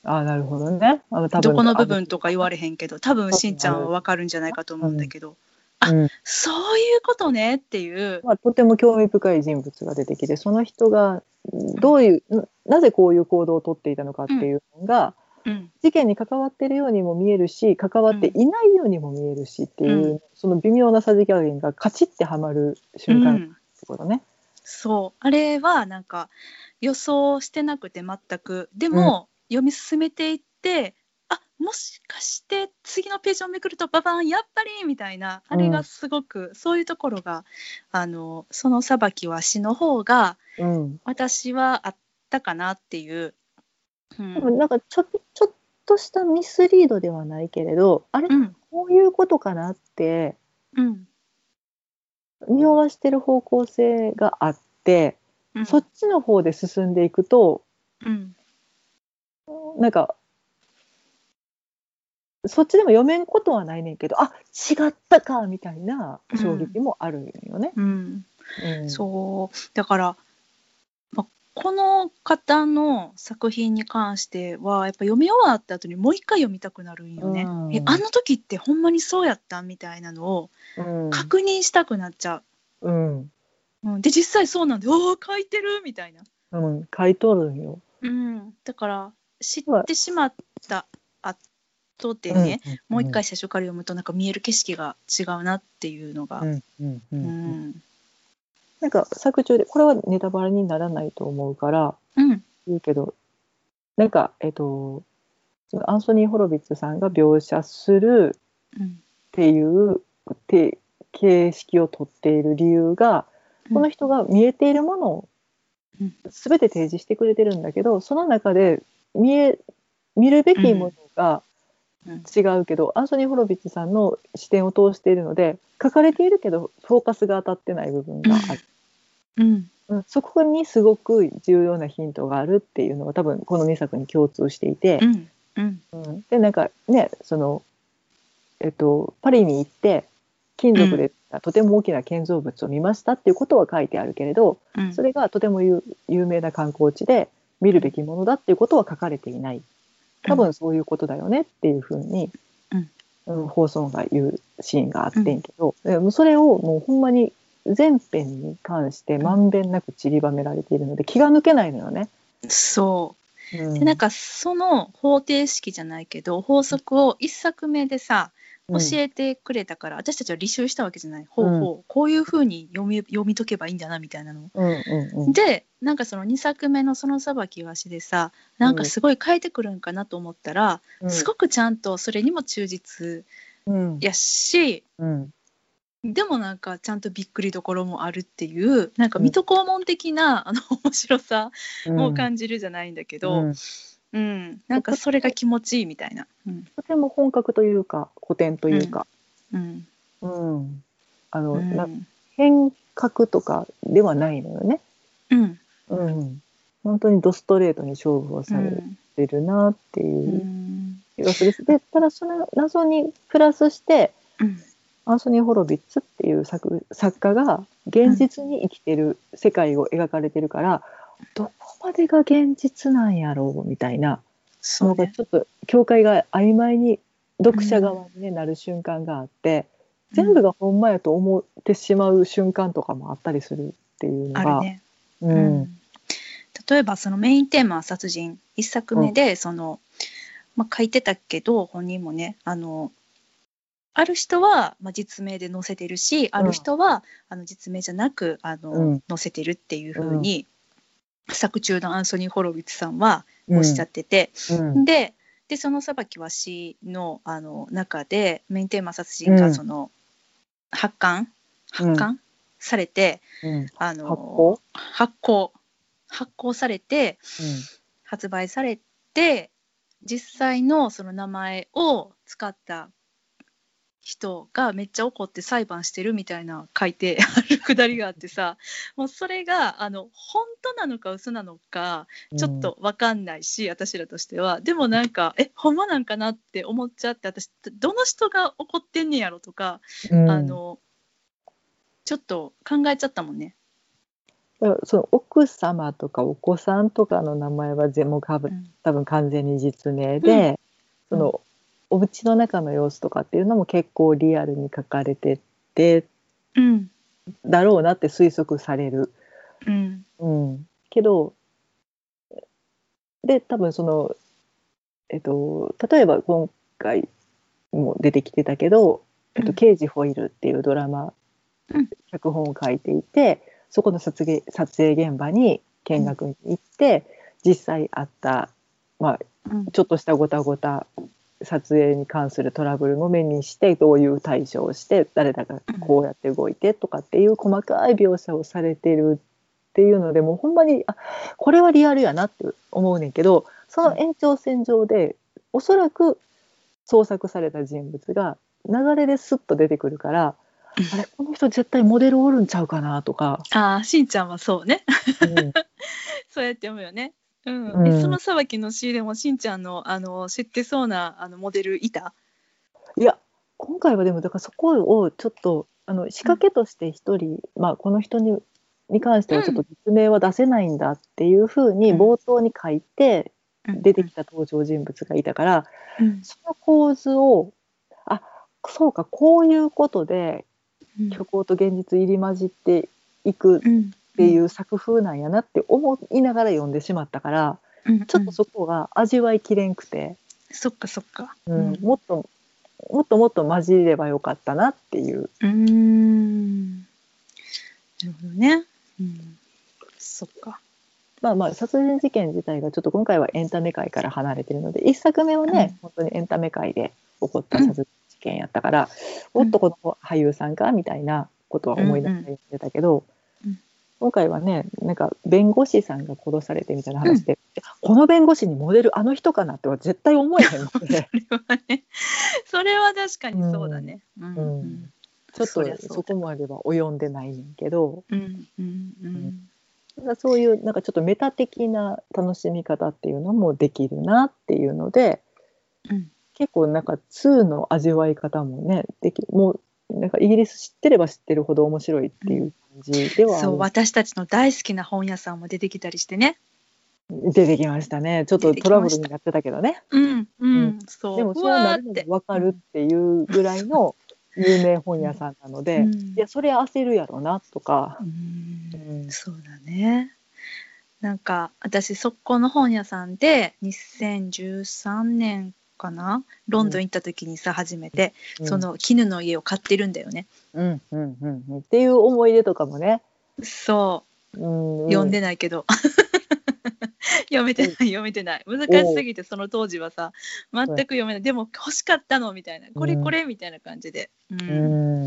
Speaker 2: あなるほどね。あの多分
Speaker 1: どこの部分とか言われへんけど多分しんちゃんはわかるんじゃないかと思うんだけど、あ
Speaker 2: うん
Speaker 1: そういうことねっていう、
Speaker 2: まあ、とても興味深い人物が出てきてその人がどういうななぜこういう行動をとっていたのかっていうのが、
Speaker 1: うん
Speaker 2: 事件に関わってるようにも見えるし関わっていないようにも見えるしっていう、
Speaker 1: う
Speaker 2: その微妙なさじ加減がカチッてはまる
Speaker 1: う
Speaker 2: 瞬間って
Speaker 1: ん、
Speaker 2: ことね。
Speaker 1: そうあれはなんか予想してなくて全くでも、読み進めていってあもしかして次のページをめくるとババンやっぱりみたいなあれがすごく、そういうところがあのその裁きは詩の方が
Speaker 2: うん、
Speaker 1: 私はあったかなっていう。う
Speaker 2: でも
Speaker 1: ん
Speaker 2: なんかちょちょっとしたミスリードではないけれどあれ、
Speaker 1: うん
Speaker 2: こういうことかなって
Speaker 1: うん
Speaker 2: 匂わしてる方向性があって、
Speaker 1: うん
Speaker 2: そっちの方で進んでいくと
Speaker 1: うん
Speaker 2: なんかそっちでも読めんことはないねんけどあ違ったかみたいな衝撃もあるんよね。
Speaker 1: うん
Speaker 2: うん
Speaker 1: そうだから、まあ、この方の作品に関してはやっぱ読み終わった後にもう一回読みたくなるんよね。
Speaker 2: うん
Speaker 1: えあの時ってほんまにそうやったみたいなのを
Speaker 2: うん
Speaker 1: 確認したくなっちゃ
Speaker 2: うん、
Speaker 1: う。うん、で実際そうなんで「おお書いてる!」みたいな。
Speaker 2: うん、書いとるんよ。
Speaker 1: うん、だから知ってしまった後でね、もう一回最初から読むとなんか見える景色が違うなっていうのが。
Speaker 2: う
Speaker 1: うん
Speaker 2: んうんうんうん
Speaker 1: うん
Speaker 2: なんか作中でこれはネタバレにならないと思うから
Speaker 1: うん
Speaker 2: 言うけどなんかえっとそのアンソニー・ホロビッツさんが描写する
Speaker 1: うん
Speaker 2: っていうて形式をとっている理由が
Speaker 1: うん
Speaker 2: この人が見えているものを
Speaker 1: うん
Speaker 2: 全て提示してくれてるんだけどその中で見え見るべきものが、
Speaker 1: うん
Speaker 2: 違うけどアンソニー・ホロビッツさんの視点を通しているので書かれているけどフォーカスが当たってない部分がある、
Speaker 1: うん
Speaker 2: うんそこにすごく重要なヒントがあるっていうのが多分この2作に共通していて
Speaker 1: う、んうん
Speaker 2: うんでなんかねその、えっと、パリに行って金属でとても大きな建造物を見ましたっていうことは書いてあるけれど
Speaker 1: うん
Speaker 2: それがとても有有名な観光地で見るべきものだっていうことは書かれていない多分そういうことだよねっていうふうに、
Speaker 1: うん
Speaker 2: うん放送が言うシーンがあってんけど、でもそれをもうほんまに全編に関してまんべんなく散りばめられているので気が抜けないのよね。
Speaker 1: そうう。
Speaker 2: ん
Speaker 1: でなんかその方程式じゃないけど法則を一作目でさ教えてくれたから、私たちは履修したわけじゃない。ほうほう、こういうふうに読み読み解けばいいんだなみたいなのを
Speaker 2: うんうんうん
Speaker 1: でなんかその2作目の「その裁きはし」でさなんかすごい変えてくるんかなと思ったら、
Speaker 2: うん
Speaker 1: すごくちゃんとそれにも忠実
Speaker 2: うん
Speaker 1: やし
Speaker 2: うん
Speaker 1: でもなんかちゃんとびっくりどころもあるっていうなんか水戸黄門的な、あの面白さも感じるじゃないんだけど、う
Speaker 2: うんん
Speaker 1: なんかそれが気持ちいいみたいな。うん
Speaker 2: とても本格というか古典というか、
Speaker 1: うん
Speaker 2: うんあの、
Speaker 1: うん
Speaker 2: な変革とかではないのよね、
Speaker 1: うん
Speaker 2: うん、本当にドストレートに勝負を
Speaker 1: う
Speaker 2: され
Speaker 1: ん
Speaker 2: てるなって
Speaker 1: う
Speaker 2: いうん気がするし、でただその謎にプラスして
Speaker 1: うん
Speaker 2: アンソニー・ホロビッツっていう作作家が現実に生きてる世界を描かれてるから、どこまでが現実なんやろうみたいな
Speaker 1: そ
Speaker 2: の
Speaker 1: う
Speaker 2: が
Speaker 1: ね
Speaker 2: ちょっと境界が曖昧に読者側にねなる瞬間があって、全部がほんまやと思ってしまう瞬間とかもあったりするっていうの
Speaker 1: ある
Speaker 2: が。
Speaker 1: ね。
Speaker 2: う
Speaker 1: うんん例えばそのメインテーマは殺人一作目でその、まあ、書いてたけど本人もねあのある人は、まあ、実名で載せてるしある人は、あの実名じゃなくあの、
Speaker 2: うん
Speaker 1: 載せてるっていうふうに、作中のアンソニー・ホロウィッツさんは
Speaker 2: うん
Speaker 1: おっしゃってて、
Speaker 2: うん
Speaker 1: ででその「裁きは死」のあの中でメインテーマ殺人がその、発刊発刊、されて
Speaker 2: うん
Speaker 1: あの
Speaker 2: 発行、
Speaker 1: 発行発行されて発売されて実際のその名前を使った人がめっちゃ怒って裁判してるみたいな書いてあるくだりがあってさもうそれがあの本当なのか嘘なのか
Speaker 2: うん
Speaker 1: ちょっと分かんないし、私らとしてはでもなんかえほんまなんかなって思っちゃって私どの人が怒ってんねやろとか、
Speaker 2: うん
Speaker 1: あのちょっと考えちゃったもんね。
Speaker 2: だからその奥様とかお子さんとかの名前は全部多
Speaker 1: う
Speaker 2: 分
Speaker 1: ん
Speaker 2: 多分完全に実名で、
Speaker 1: うん
Speaker 2: そのお家の中の様子とかっていうのも結構リアルに書かれてて
Speaker 1: うん
Speaker 2: だろうなって推測される。
Speaker 1: うん
Speaker 2: うん、けどで多分そのえっと例えば今回も出てきてたけど「えっ
Speaker 1: う
Speaker 2: と、
Speaker 1: ん
Speaker 2: 刑事ホイール」っていうドラマ、
Speaker 1: うん
Speaker 2: 脚本を書いていてそこの撮影撮影現場に見学に行って、実際あった、まあ、
Speaker 1: うん
Speaker 2: ちょっとしたごたごた撮影に関するトラブルも目にしてどういう対処をして誰だかこうやって動いてとかっていう細かい描写をされてるっていうのでもうほんまにあこれはリアルやなって思うねんけどその延長線上でおそらく創作された人物が流れですっと出てくる *laughs* から
Speaker 1: うん
Speaker 2: あれこの人絶対モデルおるんちゃうかなと *laughs* か、
Speaker 1: ああしんちゃんはそうね *laughs*
Speaker 2: うん
Speaker 1: そうやって読むよね。うん。
Speaker 2: うん
Speaker 1: でその裁きの詩でもしんちゃんのあの知ってそうなあのモデルいた。
Speaker 2: いや今回はでもだからそこをちょっとあの仕掛けとして一人、まあ、この人にに関してはちょっと実名は出せないんだっていうふうに
Speaker 1: うん
Speaker 2: 冒頭に書いて出てき
Speaker 1: た。
Speaker 2: た登場人物がいたから
Speaker 1: うん
Speaker 2: その構図をあそうかこういうことで虚構と現実入り混じっていくっ
Speaker 1: うん。って
Speaker 2: いう作風なんやなって思いながら読んでしまったから
Speaker 1: うん
Speaker 2: ちょっとそこが味わいきれんくて。
Speaker 1: そっかそっか。
Speaker 2: うん、もっともっともっと混じればよかったなっていう、
Speaker 1: うーん。なるほどね。うん。そっか。
Speaker 2: まあまあ殺人事件自体がちょっと今回はエンタメ界から離れてるので一作目はね、本当にエンタメ界で起こった殺人事件やったから、
Speaker 1: うん
Speaker 2: おっとこの俳優さんかみたいなことは思い出して言ってたけ
Speaker 1: うん
Speaker 2: ど、
Speaker 1: うん
Speaker 2: 今回はねなんか弁護士さんが殺されてみたいな話で、この弁護士にモデルあの人かなっては絶対思えへんので
Speaker 1: それはね。それは確かにそうだね。 *laughs* うん。う
Speaker 2: うん
Speaker 1: ん
Speaker 2: ちょっ
Speaker 1: そりゃそう
Speaker 2: と
Speaker 1: だ
Speaker 2: そこまでは及んでないねんけど。
Speaker 1: うんうんうん。
Speaker 2: ただそういうなんかちょっとメタ的な楽しみ方っていうのもできるなっていうので
Speaker 1: うん
Speaker 2: 結構なんか2の味わい方もねできもうなんかイギリス知ってれば知ってるほど面白いっていう感じではある
Speaker 1: そう私たちの大好きな本屋さんも出てきたりしてね。
Speaker 2: 出てきましたねちょっと
Speaker 1: 出てきました
Speaker 2: トラブルになってたけどね
Speaker 1: うんう。
Speaker 2: うん
Speaker 1: そう。
Speaker 2: でもそう
Speaker 1: わー
Speaker 2: なる
Speaker 1: っ
Speaker 2: の
Speaker 1: て
Speaker 2: も分かるっていうぐらいの有名本屋さんなので、
Speaker 1: うん
Speaker 2: いやそれ焦るやろなとか
Speaker 1: う、ん
Speaker 2: うん
Speaker 1: そうだね。なんか私そこの本屋さんで2013年かなロンドン行った時にさ初めて、そ、の絹の家を買ってるんだよね。
Speaker 2: うんうんうんうん、っていう思い出とかもね、
Speaker 1: そ
Speaker 2: うん
Speaker 1: う
Speaker 2: うん、
Speaker 1: 読んでないけど。 *laughs* 読めてない読めてない難しすぎてその当時はさ全く読めないでも欲しかったのみたいなこれこれみたいな感じで、うん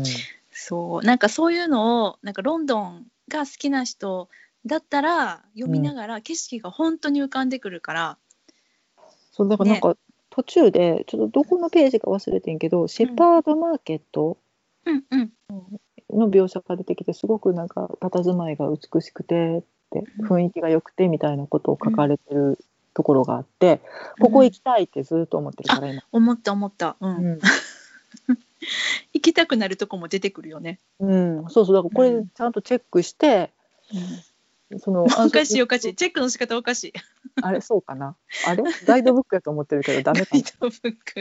Speaker 2: うん、
Speaker 1: そうなんかそういうのをなんかロンドンが好きな人だったら読みながら景色が本当に浮かんでくるから、
Speaker 2: そうだからなんか、途中でちょっとどこのページか忘れてんけど、シェパードマーケット
Speaker 1: うんうん、
Speaker 2: の描写が出てきてすごくなんか佇まいが美しくてって
Speaker 1: うん
Speaker 2: 雰囲気が良くてみたいなことを書かれてるところがあって、ここ行きたいってずっと思ってるから今、
Speaker 1: 思った思った、うん
Speaker 2: うん
Speaker 1: 行きたくなるとこも出てくるよね。
Speaker 2: うんそうそうだからこ
Speaker 1: う
Speaker 2: れ
Speaker 1: ん
Speaker 2: ちゃんとチェックして、そのあ
Speaker 1: おかしいおかし
Speaker 2: そう
Speaker 1: いチェックの仕方おかしい
Speaker 2: あれそうかなあれガイドブックやと思ってるけどダ
Speaker 1: ガ
Speaker 2: メかな
Speaker 1: イ *laughs* ドブック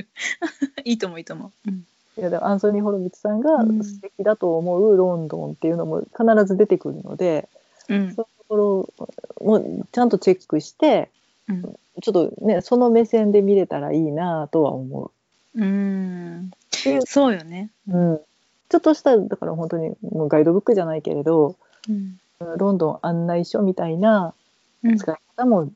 Speaker 1: いいと思ういいと思う、うん
Speaker 2: いやでもアンソニー・ホロビッツさんが
Speaker 1: うん
Speaker 2: 素敵だと思うロンドンっていうのも必ず出てくるので、
Speaker 1: うん
Speaker 2: そのところもちゃんとチェックして
Speaker 1: うん
Speaker 2: ちょっとねその目線で見れたらいいなとは思う。
Speaker 1: うん
Speaker 2: っていう
Speaker 1: そうよね、
Speaker 2: うん、ちょっとしただから本当にもうガイドブックじゃないけれど
Speaker 1: うん
Speaker 2: ロンドン案内所みたいな
Speaker 1: うん、い
Speaker 2: 使い方も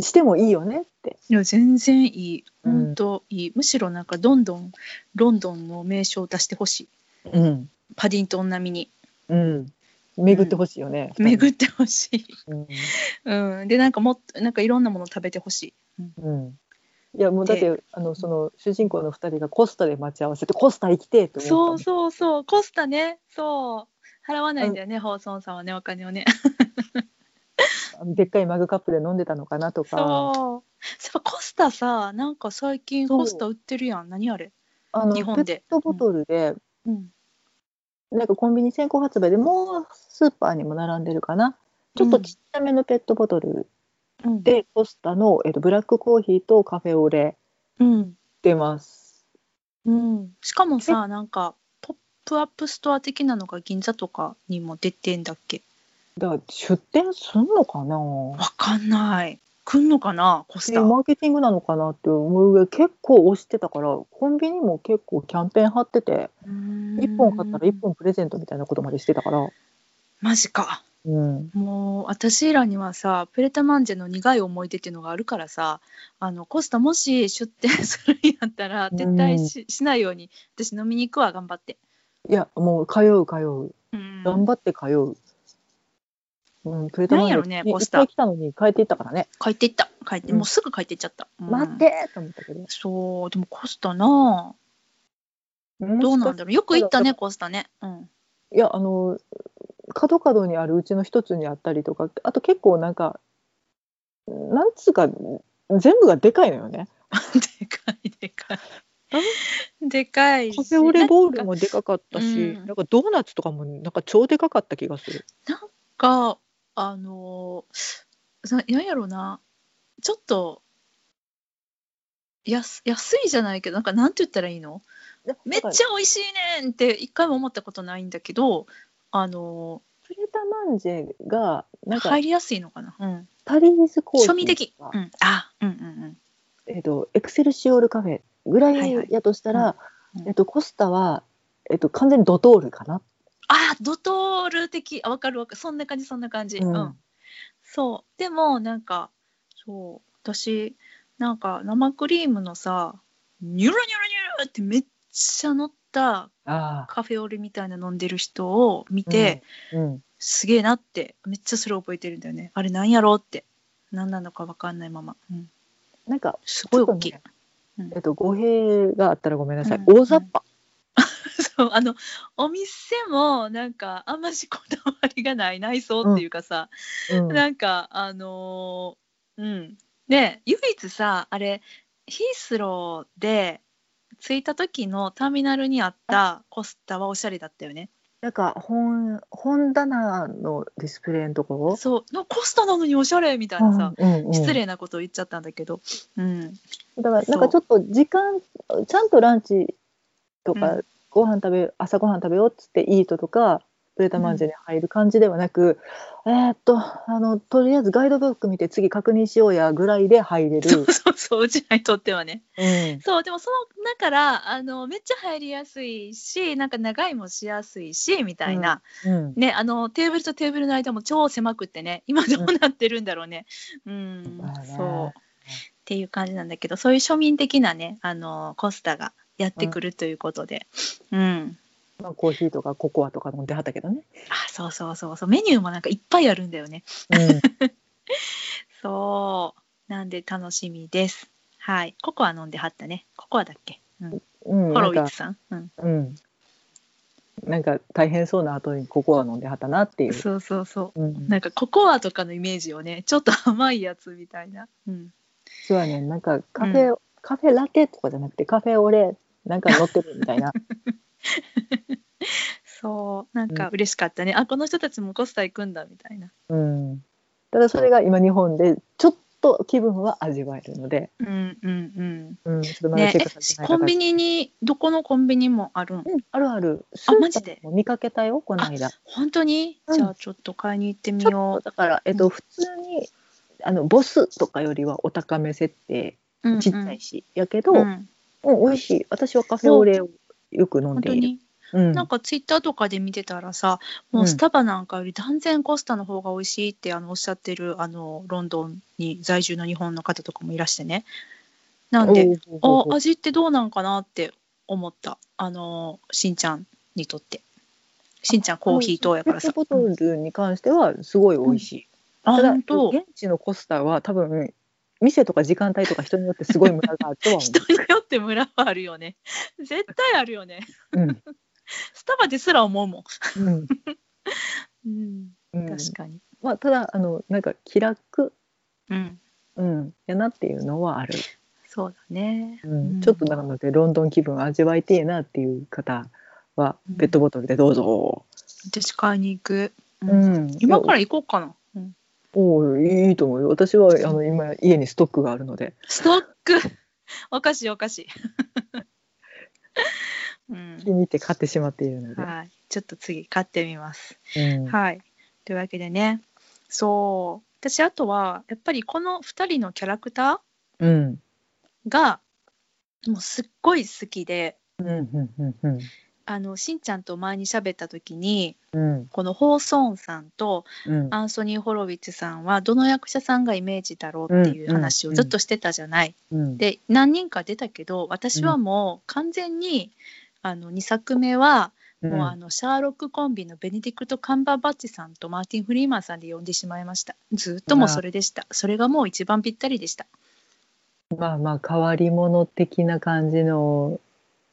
Speaker 2: してもいいよねって。
Speaker 1: や全然いい
Speaker 2: うん
Speaker 1: 本当いい、むしろなんかどんどんロンドンの名所を出してほしい
Speaker 2: うん
Speaker 1: パディントン並みに
Speaker 2: うん、巡ってほしいよね。
Speaker 1: 巡ってほしい。
Speaker 2: うん
Speaker 1: うん、でなんかもっとなんかいろんなもの食べてほしい。
Speaker 2: うんいやもうだってあのその主人公の2人がコスタで待ち合わせてコスタ行きてえと
Speaker 1: そ
Speaker 2: 思
Speaker 1: う
Speaker 2: った
Speaker 1: そうそうコスタねそう払わないんだよね、ホーソンさんはねお金をね。
Speaker 2: あのでっかいマグカップで飲んでたのかなとか
Speaker 1: そう。そうコスタさなんか最近
Speaker 2: そう
Speaker 1: コスタ売ってるやん何あれ。
Speaker 2: あの
Speaker 1: 日本で
Speaker 2: ペットボトルで、
Speaker 1: うん。
Speaker 2: なんかコンビニ先行発売でもうスーパーにも並んでるかなちょっとちっちゃめのペットボトル
Speaker 1: うん、
Speaker 2: で、コスタの、えっとブラックコーヒーとカフェオレ
Speaker 1: うん
Speaker 2: 出ます
Speaker 1: うん。しかもさなんかポップアップストア的なのが銀座とかにも出てんだっけ。
Speaker 2: だから出店すんのかな
Speaker 1: わかんない。来んのかなコス
Speaker 2: そうい
Speaker 1: タ。
Speaker 2: うマーケティングなのかなって思う上結構押してたからコンビニも結構キャンペーン張ってて。1
Speaker 1: 1
Speaker 2: 本買ったら1本プレゼントみたいなことまでしてたから、
Speaker 1: マジか。
Speaker 2: うん、
Speaker 1: もう私らにはさプレタマンジェの苦い思い出っていうのがあるからさあのコスタもし出店するんやったら
Speaker 2: うん
Speaker 1: 撤退し,、しないように私飲みに行くわ頑張って。
Speaker 2: いやもう通う通う
Speaker 1: うん
Speaker 2: 頑張って通う、うん、くれた
Speaker 1: なんやろねポスター
Speaker 2: いっぱい来たのに帰っていったからね、
Speaker 1: 帰っていった帰って
Speaker 2: うん
Speaker 1: もうすぐ帰っていっちゃった。うん
Speaker 2: 待ってと思ったけど
Speaker 1: そうでもコスタなあどうなんだろうよく行ったねコスタね。うん
Speaker 2: いやあの角角にあるうちの一つにあったりとかあと結構なんかなんつうか全部がでかいのよね
Speaker 1: *laughs* でかいでかい。でかいし。
Speaker 2: カフェオレボール
Speaker 1: なんか
Speaker 2: もでかかったし、
Speaker 1: うん
Speaker 2: なんかドーナツとかもなんか超でかかった気がする
Speaker 1: があのーななんやろなちょっと安安いじゃないけどなんかなんて言ったらいいのめっちゃ
Speaker 2: ゃ
Speaker 1: 美味しいねんって一回も思ったことないんだけどあの
Speaker 2: プレタマンジェが
Speaker 1: ー
Speaker 2: なんか
Speaker 1: 入りやすいのかな、うん、
Speaker 2: タリーズコーヒー
Speaker 1: 庶民的、
Speaker 2: とか
Speaker 1: うん、あうんうん
Speaker 2: えっとエクセルシオールカフェぐら
Speaker 1: はいはい
Speaker 2: いやとしたら、
Speaker 1: うんうん
Speaker 2: えっとコスタは、えっと完全にドトールかな。
Speaker 1: あドトール的あわかるわかるそんな感じそんな感じ、
Speaker 2: うん
Speaker 1: うん、そうでもなんかそう私なんか生クリームのさニュルニュルニュルってめっちゃ乗った
Speaker 2: あ
Speaker 1: カフェオレみたいな飲んでる人を見て、、
Speaker 2: うん、
Speaker 1: すげえなってめっちゃそれ覚えてるんだよねあれなんやろうって何なのかわかんないまま、うん、
Speaker 2: なんか
Speaker 1: すごい大きい、
Speaker 2: ちょっ
Speaker 1: う
Speaker 2: と
Speaker 1: ん
Speaker 2: ねえっと語弊があったらごめんなさい。
Speaker 1: うん
Speaker 2: 大雑把。
Speaker 1: *laughs* そうあのお店もなんかあんましこだわりがない内装っていうかさ、
Speaker 2: うん
Speaker 1: なんかあのーうんね唯一さあれヒースローで着いた時のターミナルにあったコスタはおしゃれだったよね
Speaker 2: なんか本本棚のディスプレイのところ。
Speaker 1: そうなコスタなのにおしゃれみたいなさ、
Speaker 2: うんうん
Speaker 1: 失礼なことを言っちゃったんだけど、うん、 *laughs*
Speaker 2: だからなんかちょっと時間ちゃんとランチと
Speaker 1: う
Speaker 2: かご飯食べ朝ご飯食べようっつってイートとかブレタマンジェに入る感じではなく、えーっとあのとりあえずガイドブック見て次確認しようやぐらいで入れ
Speaker 1: そ
Speaker 2: る
Speaker 1: う。そうそううちらにとってはね
Speaker 2: うん
Speaker 1: そうでもそのだからあのめっちゃ入りやすいしなんか長いもしやすいしみたいな、
Speaker 2: うん
Speaker 1: ねあのテーブルとテーブルの間も超狭くってね今どうなってるんだろうねうん、
Speaker 2: そうだね
Speaker 1: そうっていう感じなんだけどそういう庶民的なねあのコスタがやってくるということでうん、
Speaker 2: まあ、コーヒーとかココアとか飲んではったけどね。
Speaker 1: あそうそうそうそうメニューもなんかいっぱいあるんだよねそうなんで楽しみですはいココア飲んではったねココアだっけ、うん、
Speaker 2: うん、
Speaker 1: ホ
Speaker 2: な
Speaker 1: ロ
Speaker 2: ん
Speaker 1: ウィッ
Speaker 2: か
Speaker 1: ツさんうん
Speaker 2: うん、なんか大変そうな後にココア飲んではったなっていう。
Speaker 1: そうそうそう
Speaker 2: うん、
Speaker 1: なんかココアとかのイメージをねちょっと甘いやつみたいな、うん、
Speaker 2: そうやねんなんかカフェ、カフェラテとかじゃなくてカフェオレなんか乗ってるみたいな。
Speaker 1: そうなんか嬉しかったね、あこの人たちもコスタ行くんだみたいな、
Speaker 2: うん、ただそれが今日本でちょっと気分は味わえるので、
Speaker 1: うんうん
Speaker 2: うん、ちょっと
Speaker 1: うん
Speaker 2: まだ
Speaker 1: ね
Speaker 2: チェックされて
Speaker 1: え
Speaker 2: ない
Speaker 1: コンビ
Speaker 2: ニ、
Speaker 1: ニにどこのコンビニもあるん
Speaker 2: うん、あるあるス
Speaker 1: あマジで
Speaker 2: も見かけたよこの間。
Speaker 1: 本当に、
Speaker 2: うん
Speaker 1: じゃあちょっと買いに行ってみ
Speaker 2: ちょ
Speaker 1: よ
Speaker 2: っとだから、えっと、普通にあのボスとかよりはお高め設定
Speaker 1: う、うんうん
Speaker 2: ちっちゃいし、やけど、
Speaker 1: う、
Speaker 2: うんん、美味しい私はカフェオレをよく飲ん
Speaker 1: 本
Speaker 2: で
Speaker 1: 当
Speaker 2: いる。
Speaker 1: に、
Speaker 2: うん
Speaker 1: なんかツイッターとかで見てたらさもうスタバなんかより断然コスタの方が美味しいってあのおっしゃってるあのロンドンに在住の日本の方とかもいらしてねなんで
Speaker 2: おう
Speaker 1: あ味ってどうなんかなって思ったあのーしんちゃんにとってしんちゃんコーヒー糖やから
Speaker 2: ペ
Speaker 1: さ
Speaker 2: ットボトルに関してはすごい美味しい。
Speaker 1: あ
Speaker 2: ただ
Speaker 1: 本
Speaker 2: 現
Speaker 1: 当
Speaker 2: 地のコスタは多分店とか時間帯とか人によってすごいムラがあるとは
Speaker 1: *laughs*
Speaker 2: 思
Speaker 1: 人によってムラはあるよね絶対あるよね
Speaker 2: う。うん
Speaker 1: スタバですら思うも *laughs*
Speaker 2: うん
Speaker 1: ん、うん、
Speaker 2: うん
Speaker 1: 確かに
Speaker 2: まあただあのなんか気楽、
Speaker 1: うん
Speaker 2: うん、やなっていうのはある、
Speaker 1: そうだね
Speaker 2: うん
Speaker 1: うん
Speaker 2: ちょっとなのでロンドン気分味わいてえなっていう方は
Speaker 1: うん
Speaker 2: ペットボトルでどうぞ、
Speaker 1: 私買いに行く、う
Speaker 2: うんん
Speaker 1: 今から
Speaker 2: いや
Speaker 1: 行こうかな、うん、
Speaker 2: おおいいと思うよ私はあの今家にストックがあるので
Speaker 1: ストック *laughs* おかしいおかし
Speaker 2: *laughs*
Speaker 1: い、うん
Speaker 2: 気に入って買ってしまっているので、
Speaker 1: はい、ちょっと次買ってみます
Speaker 2: うん
Speaker 1: はい。というわけでね、そう、私あとは、やっぱりこの2人のキャラクタ
Speaker 2: うん
Speaker 1: ーが、もうすっごい好きで、
Speaker 2: うんうんうんうん
Speaker 1: あの、しんちゃんと前に喋った時に、
Speaker 2: うん
Speaker 1: このホーソーンさんと
Speaker 2: うん
Speaker 1: アンソニー・ホロウィッツさんは、どの役者さんがイメージだろうっていう話
Speaker 2: う
Speaker 1: を
Speaker 2: ん
Speaker 1: ずっとしてたじゃない。
Speaker 2: うん
Speaker 1: で、何人か出たけど、私はもう完全に、あの2作目は、
Speaker 2: うん
Speaker 1: もうあのシャーロックコンビのベネディクト・カンバーバッチさんとマーティン・フリーマンさんで呼んでしまいましたずっともうそれでしたそれがもう一番ぴったりでした
Speaker 2: まあまあ変わり者的な感じの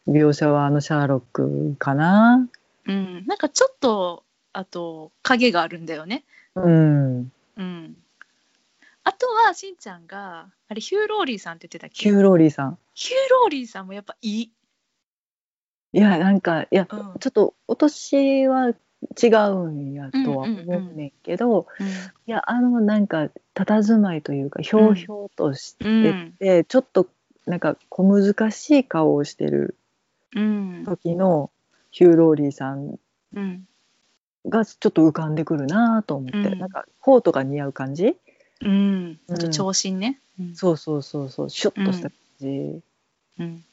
Speaker 2: 描写はあのシャーロックかな。
Speaker 1: うんなんかちょっとあと影があるんだよね
Speaker 2: うん。
Speaker 1: うんあとはしんちゃんがあれヒュー・ローリーさんって言ってたっ
Speaker 2: キ
Speaker 1: け
Speaker 2: ューローリーさん。
Speaker 1: ヒュー・ローリーさんもやっぱいい、
Speaker 2: いやなんかいや、
Speaker 1: うん
Speaker 2: ちょっとお年は違うんやとは思うねんけど、いやあのなんか佇まいというかひょうひょうとして
Speaker 1: うん
Speaker 2: て、ちょっとなんか小難しい顔をしてる
Speaker 1: うん
Speaker 2: 時のヒューローリーさん
Speaker 1: うん
Speaker 2: がちょっと浮かんでくるなと思って、
Speaker 1: うん
Speaker 2: なんかコートが似合う感じ。
Speaker 1: うんあと長身ねうん
Speaker 2: そうそうそうそうシュッとした感じ、うん
Speaker 1: うん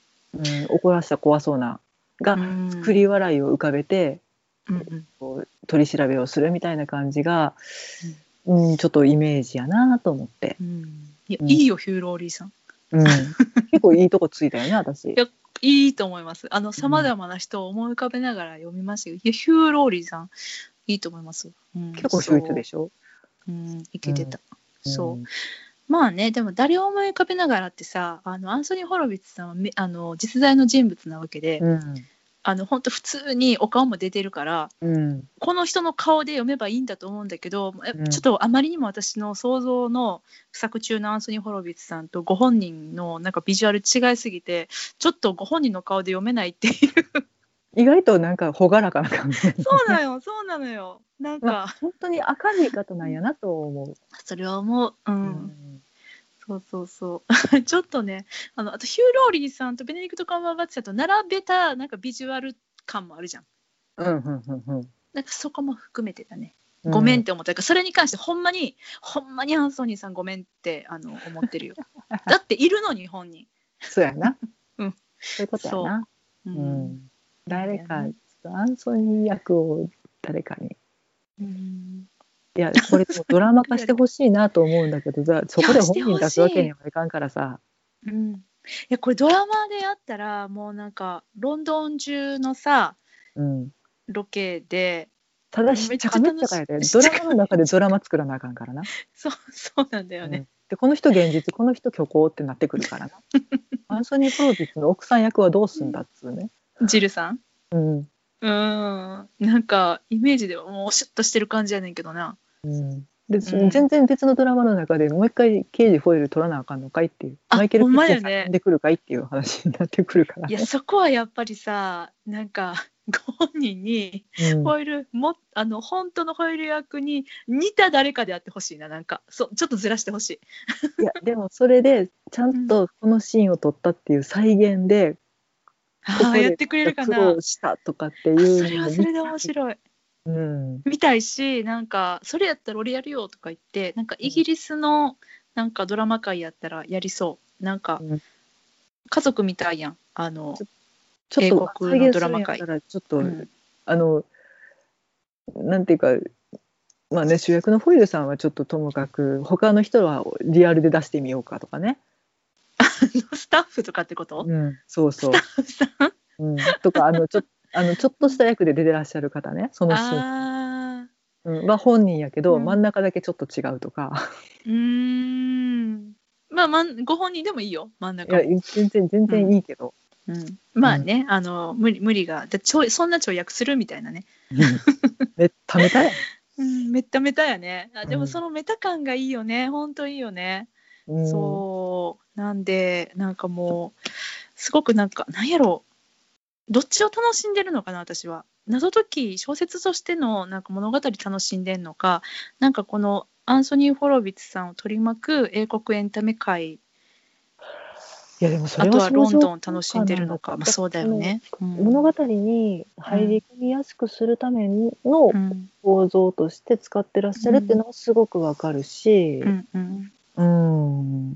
Speaker 2: 怒らせたら怖そうなが、
Speaker 1: うん
Speaker 2: 作り笑いを浮かべて
Speaker 1: うんうん
Speaker 2: こう取り調べをするみたいな感じが、うんちょっとイメージやなと思って、
Speaker 1: うんいや
Speaker 2: うん
Speaker 1: いいよヒュー・ローリーさん
Speaker 2: *laughs* うん、結構いいとこついたよね私
Speaker 1: やいいと思います。あの、さまざまな人を思い浮かべながら読みましたよ。いやヒューローリーさん、いいと思います。うん、
Speaker 2: 結構秀逸で
Speaker 1: し
Speaker 2: しょ
Speaker 1: ょ。うん、いけてた。そう、
Speaker 2: ん
Speaker 1: まあねでも誰を思い浮かべながらってさあのアンソニー・ホロビッツさんはめあの実在の人物なわけで、
Speaker 2: うん
Speaker 1: あの本当普通にお顔も出てるから
Speaker 2: うん
Speaker 1: この人の顔で読めばいいんだと思うんだけど、え
Speaker 2: うん
Speaker 1: ちょっとあまりにも私の想像の作中のアンソニー・ホロビッツさんとご本人のなんかビジュアル違いすぎてちょっとご本人の顔で読めないっていう
Speaker 2: 意外となんか朗らかな感じ
Speaker 1: そうなの、そうなのよ。なん
Speaker 2: まあ
Speaker 1: か、
Speaker 2: 本当に明るい方なんやなと思
Speaker 1: それはもう、う
Speaker 2: う、
Speaker 1: ん、
Speaker 2: うん
Speaker 1: そうそうそう。 *laughs* ちょっとね、あの、あとヒューローリーさんとベネディクトカンバーバッチさんと並べた、なんかビジュアル感もあるじゃん。
Speaker 2: うんうんうんうん
Speaker 1: なんかそこも含めてだね。ごめんっ。て思ったから、それに関してほんまにほんまにアンソニーさんごめんってあの思ってる *laughs* よ。だっているの日本に。
Speaker 2: そうやな。
Speaker 1: うん。
Speaker 2: そういうことやな。
Speaker 1: う
Speaker 2: うん。誰
Speaker 1: そう
Speaker 2: か
Speaker 1: やね、
Speaker 2: アンソニー役を誰かに。
Speaker 1: うん
Speaker 2: いや、これでもドラマ化してほしいなと思うんだ
Speaker 1: *laughs*
Speaker 2: けど、ざそこで本人出すわけにはいかんからさ。
Speaker 1: うん、いやこれドラマでやったらもうなんかロンドン中のさ
Speaker 2: うん。
Speaker 1: ロケで
Speaker 2: ただし、
Speaker 1: め
Speaker 2: め
Speaker 1: っちゃ
Speaker 2: ちゃ
Speaker 1: 楽し
Speaker 2: めちゃかやで、ドラマの中でドラマ作らなあかんからな。
Speaker 1: そうそうなんだよ
Speaker 2: う
Speaker 1: ね
Speaker 2: ん。で、この人現実、この人虚構ってなってくるからな。アンソニー・プロディスの奥さん役はどうすんだっつうね。
Speaker 1: ジルさん
Speaker 2: うん。
Speaker 1: うんなんかイメージではもうおしっとしてる感じやねんけど
Speaker 2: *laughs*
Speaker 1: な
Speaker 2: うんで、そ
Speaker 1: うん
Speaker 2: 全然別のドラマの中でもう一回刑事フォイル取らなあかんのかいっていう
Speaker 1: あ
Speaker 2: マイケル・
Speaker 1: ほ
Speaker 2: ピ
Speaker 1: んまやね
Speaker 2: ッチャーんでくるかいっていう話になってくるから
Speaker 1: いやそこはやっぱりさなんかご本人に
Speaker 2: うん
Speaker 1: ホイールもあの本当のホイール役に似た誰かであってほしいななんかそうちょっとずらしてほしい
Speaker 2: いやでもそれでちゃんとこのシーンを撮ったっていう再現でこ
Speaker 1: あ
Speaker 2: こ
Speaker 1: あ
Speaker 2: で
Speaker 1: やってくれるか
Speaker 2: 苦
Speaker 1: なあ
Speaker 2: 労したとかってい
Speaker 1: そうれ
Speaker 2: の
Speaker 1: は
Speaker 2: を
Speaker 1: それで面白い
Speaker 2: うん
Speaker 1: みたいしなんかそれやったら俺やるよとか言ってなんかイギリスのなんかドラマ界やったらやりそうなんか
Speaker 2: うん
Speaker 1: 家族みたいやんあの
Speaker 2: ちょっと
Speaker 1: 英国のドラ
Speaker 2: 再
Speaker 1: マ
Speaker 2: 現するんや
Speaker 1: 界
Speaker 2: ったらちょっと、
Speaker 1: うん *laughs*
Speaker 2: あのなんていうかまあね主役のフォイルさんはちょっとともかく他の人はリアルで出してみようかとかね、
Speaker 1: スタッフとかってこと、
Speaker 2: うん、そうそう
Speaker 1: さん
Speaker 2: うん、とかあのちょあのちょっとした役で出てらっしゃる方ねそのシーン
Speaker 1: あー
Speaker 2: うんは本人やけど、
Speaker 1: うん
Speaker 2: 真ん中だけちょっと違うとか
Speaker 1: うーんまあまんご本人でもいいよ真ん
Speaker 2: い
Speaker 1: 中
Speaker 2: や全然全然いいけど、
Speaker 1: うん、まあね、あの無理無理がだちょいそんな跳躍するみたいなね、
Speaker 2: *laughs* めっためたやん、
Speaker 1: うん、めっためたやねあで
Speaker 2: う
Speaker 1: も
Speaker 2: ん
Speaker 1: そのメタ感がいいよね本当いいよね
Speaker 2: うん、
Speaker 1: そうなんでなんかもうすごくなんかなんやろうどっちを楽しんでるのかな私は謎解き小説としてのなんか物語楽しんでんのかなんかこのアンソニー・フォロビッツさんを取り巻く英国エンタメ界
Speaker 2: いやでもそ
Speaker 1: あ
Speaker 2: れ
Speaker 1: と
Speaker 2: は
Speaker 1: はロンドンを楽しんでるのか、
Speaker 2: ま
Speaker 1: ま
Speaker 2: あ、
Speaker 1: あ、そうだよね。うん
Speaker 2: 物語に入り込みやすくするための
Speaker 1: うん
Speaker 2: 構造として使ってらっしゃるっていうのはすごくわかるし
Speaker 1: う、んうん、
Speaker 2: うん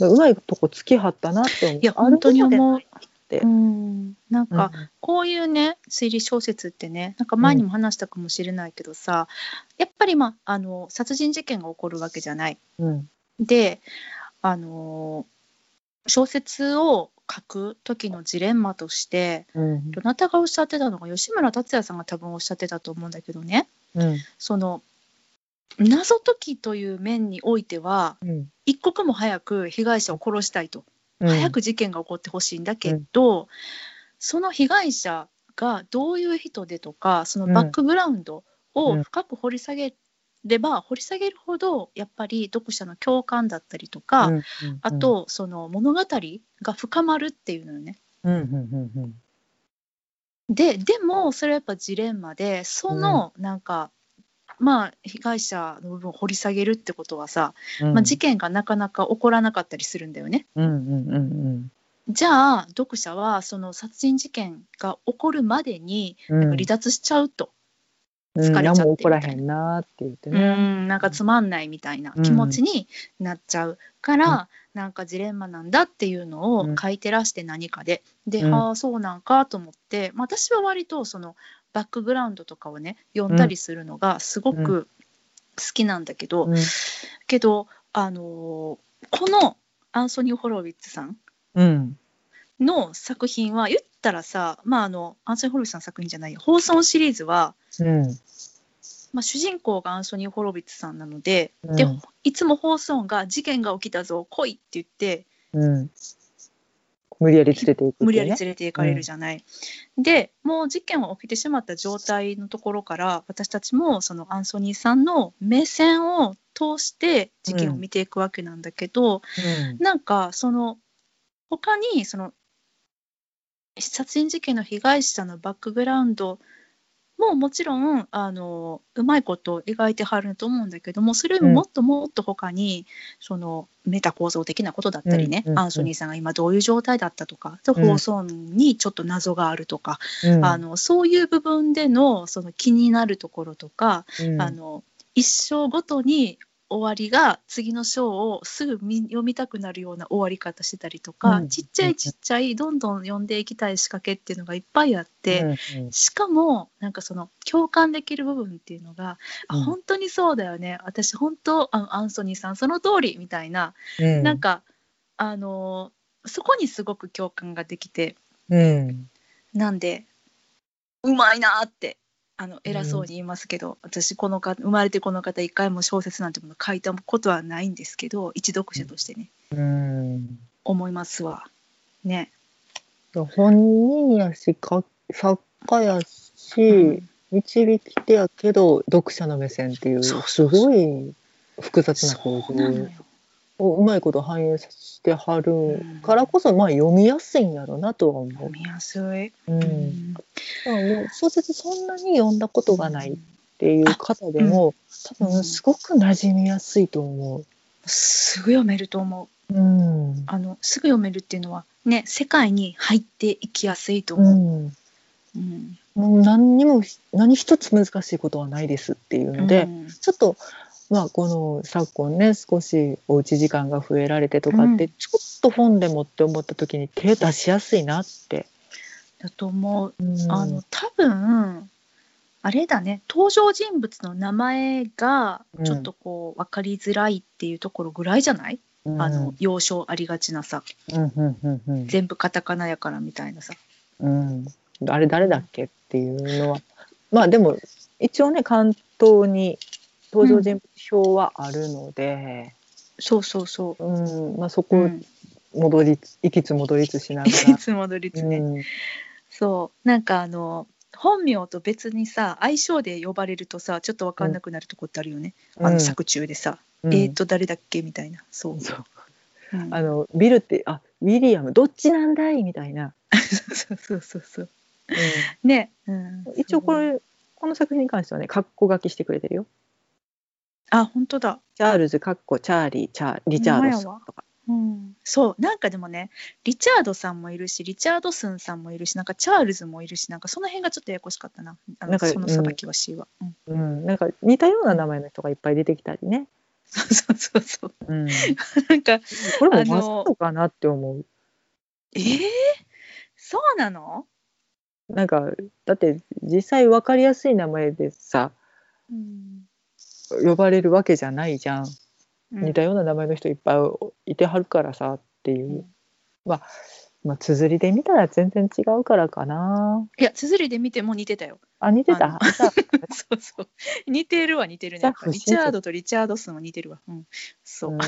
Speaker 2: うまいとこ突き張ったなって思う
Speaker 1: いや本当に思う、
Speaker 2: て
Speaker 1: うん、なん
Speaker 2: あ
Speaker 1: かこういうね推理小説ってねなんか前にも話したかもしれないけどさ、やっぱり、まあ、あの殺人事件が起こるわけじゃない。
Speaker 2: のうん
Speaker 1: であの小説を書く時のジレンマとして
Speaker 2: うん
Speaker 1: どなたがおっしゃってたのか吉村達也さんが多分おっしゃってたと思うんだけどね
Speaker 2: うん
Speaker 1: その謎解きという面においては
Speaker 2: うん
Speaker 1: 一刻も早く被害者を殺したいと
Speaker 2: うん
Speaker 1: 早く事件が起こってほしいんだけど、その被害者がどういう人でとかそのバックグラウンドを深く掘り下げれば、掘り下げるほどやっぱり読者の共感だったりとか、
Speaker 2: うんうんうん
Speaker 1: あとその物語が深まるっていうのよね。
Speaker 2: うんうんうん
Speaker 1: ででもそれはやっぱジレンマでそのなんか、まあ被害者の部分を掘り下げるってことはさ、
Speaker 2: うん
Speaker 1: まあ、事件がなかなか起こらなかったりするんだよね。
Speaker 2: うんうんうん
Speaker 1: じゃあ読者はその殺人事件が起こるまでに
Speaker 2: うん
Speaker 1: 離脱しちゃうと、
Speaker 2: うん
Speaker 1: 疲れちゃって
Speaker 2: 何も怒らへんなーって言って
Speaker 1: う
Speaker 2: ね
Speaker 1: んなんかつまんないみたいな
Speaker 2: うん
Speaker 1: 気持ちになっちゃうから、なんかジレンマなんだっていうの
Speaker 2: う
Speaker 1: を
Speaker 2: ん
Speaker 1: 書いてらして何かで、で、
Speaker 2: うん
Speaker 1: ああそうなんかと思って、まあ、私は割とそのバックグラウンドとかをね読んだりするのがすご
Speaker 2: う
Speaker 1: く好きなんだけど、
Speaker 2: うん
Speaker 1: けど、あのーこのアンソニー・ホロウィッツさん
Speaker 2: うん
Speaker 1: の作品は言ったらさ、まあ、あのアンソニー・ホロウィッツさんの作品じゃないよ放送シリーズは、
Speaker 2: うん
Speaker 1: まあ、主人公がアンソニー・ホロウィッツさんなので,、
Speaker 2: うん
Speaker 1: でいつも放送が「事件が起きたぞ来い」って言って
Speaker 2: うん無理やり連れていくっていうね
Speaker 1: 無理やり連れて行かれるじゃない。でもう事件は起きてしまった状態のところから私たちもそのアンソニーさんの目線を通して事件を見ていくわけなんだけど、なんかその他にその殺人事件の被害者のバックグラウンドもうもちろんあのうまいこと描いてはると思うんだけどもそれよりももっともっと他に、そのメタ構造的なことだったりね、
Speaker 2: うんうんうん
Speaker 1: アンソニーさんが今どういう状態だったとか、放送にちょっと謎があるとか、
Speaker 2: うん
Speaker 1: あのそういう部分でのその気になるところとか、
Speaker 2: うん
Speaker 1: あの一生ごとに終わりが次の章をすぐ見読みたくなるような終わり方してたりとか、
Speaker 2: うん
Speaker 1: ちっちゃいちっちゃいどんどん読んでいきたい仕掛けっていうのがいっぱいあって、
Speaker 2: うんうん
Speaker 1: しかもなんかその共感できる部分っていうのが、あ
Speaker 2: うん
Speaker 1: 本当にそうだよね私本当あのアンソニーさんその通りみたいな、
Speaker 2: うん
Speaker 1: なんかあのそこにすごく共感ができて
Speaker 2: うん
Speaker 1: なんでうまいなーってあの偉そうに言いますけど、私この方生まれてこの方一回も小説なんてもの書いたことはないんですけど一読者としてね、
Speaker 2: うん
Speaker 1: 思いますわ。ね。
Speaker 2: 本人やしか作家やし、
Speaker 1: うん
Speaker 2: 導き手やけど読者の目線っていう
Speaker 1: そう
Speaker 2: す
Speaker 1: そうそう
Speaker 2: ごい複雑な構
Speaker 1: そうなの
Speaker 2: 造
Speaker 1: よ。
Speaker 2: をうまいこと反映してはるからこそまあ読みやすいんやろうなとは思
Speaker 1: 読
Speaker 2: う。
Speaker 1: みやすい。
Speaker 2: うん
Speaker 1: うん
Speaker 2: まあもう小説そんなに読んだことがないっていう方でも多
Speaker 1: うん
Speaker 2: 分すごく馴染みやすいと思
Speaker 1: すぐ読めると思う。
Speaker 2: う。うん
Speaker 1: あのすぐ読めるっていうのはね世界に入っていきやすいと
Speaker 2: う
Speaker 1: 思う。
Speaker 2: ん、
Speaker 1: うん。
Speaker 2: もう何にも何一つ難しいことはないですっていうので、
Speaker 1: うん
Speaker 2: ちょっと、まあ、この昨今ね少しおうち時間が増えられてとかって、
Speaker 1: うん
Speaker 2: ちょっと本でもって思った時に手出しやすいなって。
Speaker 1: だと思う。
Speaker 2: うん
Speaker 1: あの多分あれだね登場人物の名前が
Speaker 2: うん
Speaker 1: ちょっとこう分かりづらいっていうところぐらいじゃない、
Speaker 2: うん
Speaker 1: あの要所ありがちなさ
Speaker 2: うんうんうんうん
Speaker 1: 全部カタカナやからみたいなさ
Speaker 2: うん、あれ誰だっけっていうのはまあでも一応ね関東に登場人物表はあるので、
Speaker 1: そうそうそう。
Speaker 2: うんまあ、そ
Speaker 1: うん
Speaker 2: こ戻りつ、行きつ戻りつしなが
Speaker 1: い
Speaker 2: ら。
Speaker 1: つもど *laughs* りつね、
Speaker 2: うん
Speaker 1: そうなんかあの本名と別にさ相性で呼ばれるとさちょっと分かんなくなるとこってあるよね、あの作中でさ、
Speaker 2: うん
Speaker 1: えっ、ー、と誰だっけみたいなそう
Speaker 2: そう
Speaker 1: うん *laughs*
Speaker 2: あのビルってあウィリアムどっちなんだいみたいな、
Speaker 1: そうそうそうそうね、うん
Speaker 2: 一応これこの作品に関してはねカッコ書きしてくれてるよ
Speaker 1: あ本当だ
Speaker 2: チャールズカッコチャーリーチャーリチャードス
Speaker 1: ほんまやわ
Speaker 2: とか
Speaker 1: うん、そうなんかでもねリチャードさんもいるしリチャードスンさんもいるしなんかチャールズもいるしなんかその辺がちょっとややこしかったなあの
Speaker 2: なんか
Speaker 1: そのさばきはしは、うん *laughs*
Speaker 2: うん、なんか似たような名前の人がいっぱい出てきたりね、
Speaker 1: そうそうそうそう
Speaker 2: うん、
Speaker 1: なんか
Speaker 2: これ
Speaker 1: あの
Speaker 2: もマストかなって思う
Speaker 1: えー、そうなの、
Speaker 2: なんかだって実際分かりやすい名前でさ
Speaker 1: うん
Speaker 2: 呼ばれるわけじゃないじゃん、
Speaker 1: うん
Speaker 2: 似たような名前の人いっぱいいてはるからさっていう、
Speaker 1: うん
Speaker 2: まあまあ綴りで見たら全然違うからかない
Speaker 1: や綴りで見ても似てた
Speaker 2: *laughs*
Speaker 1: よ
Speaker 2: あ似てたじゃあ
Speaker 1: そうそう似てるは似てるね
Speaker 2: じゃあ
Speaker 1: やっぱリ
Speaker 2: 不親
Speaker 1: チ
Speaker 2: 切
Speaker 1: ャードとリチャードスンは似てるわ、うん、そう、 *laughs*
Speaker 2: うんあ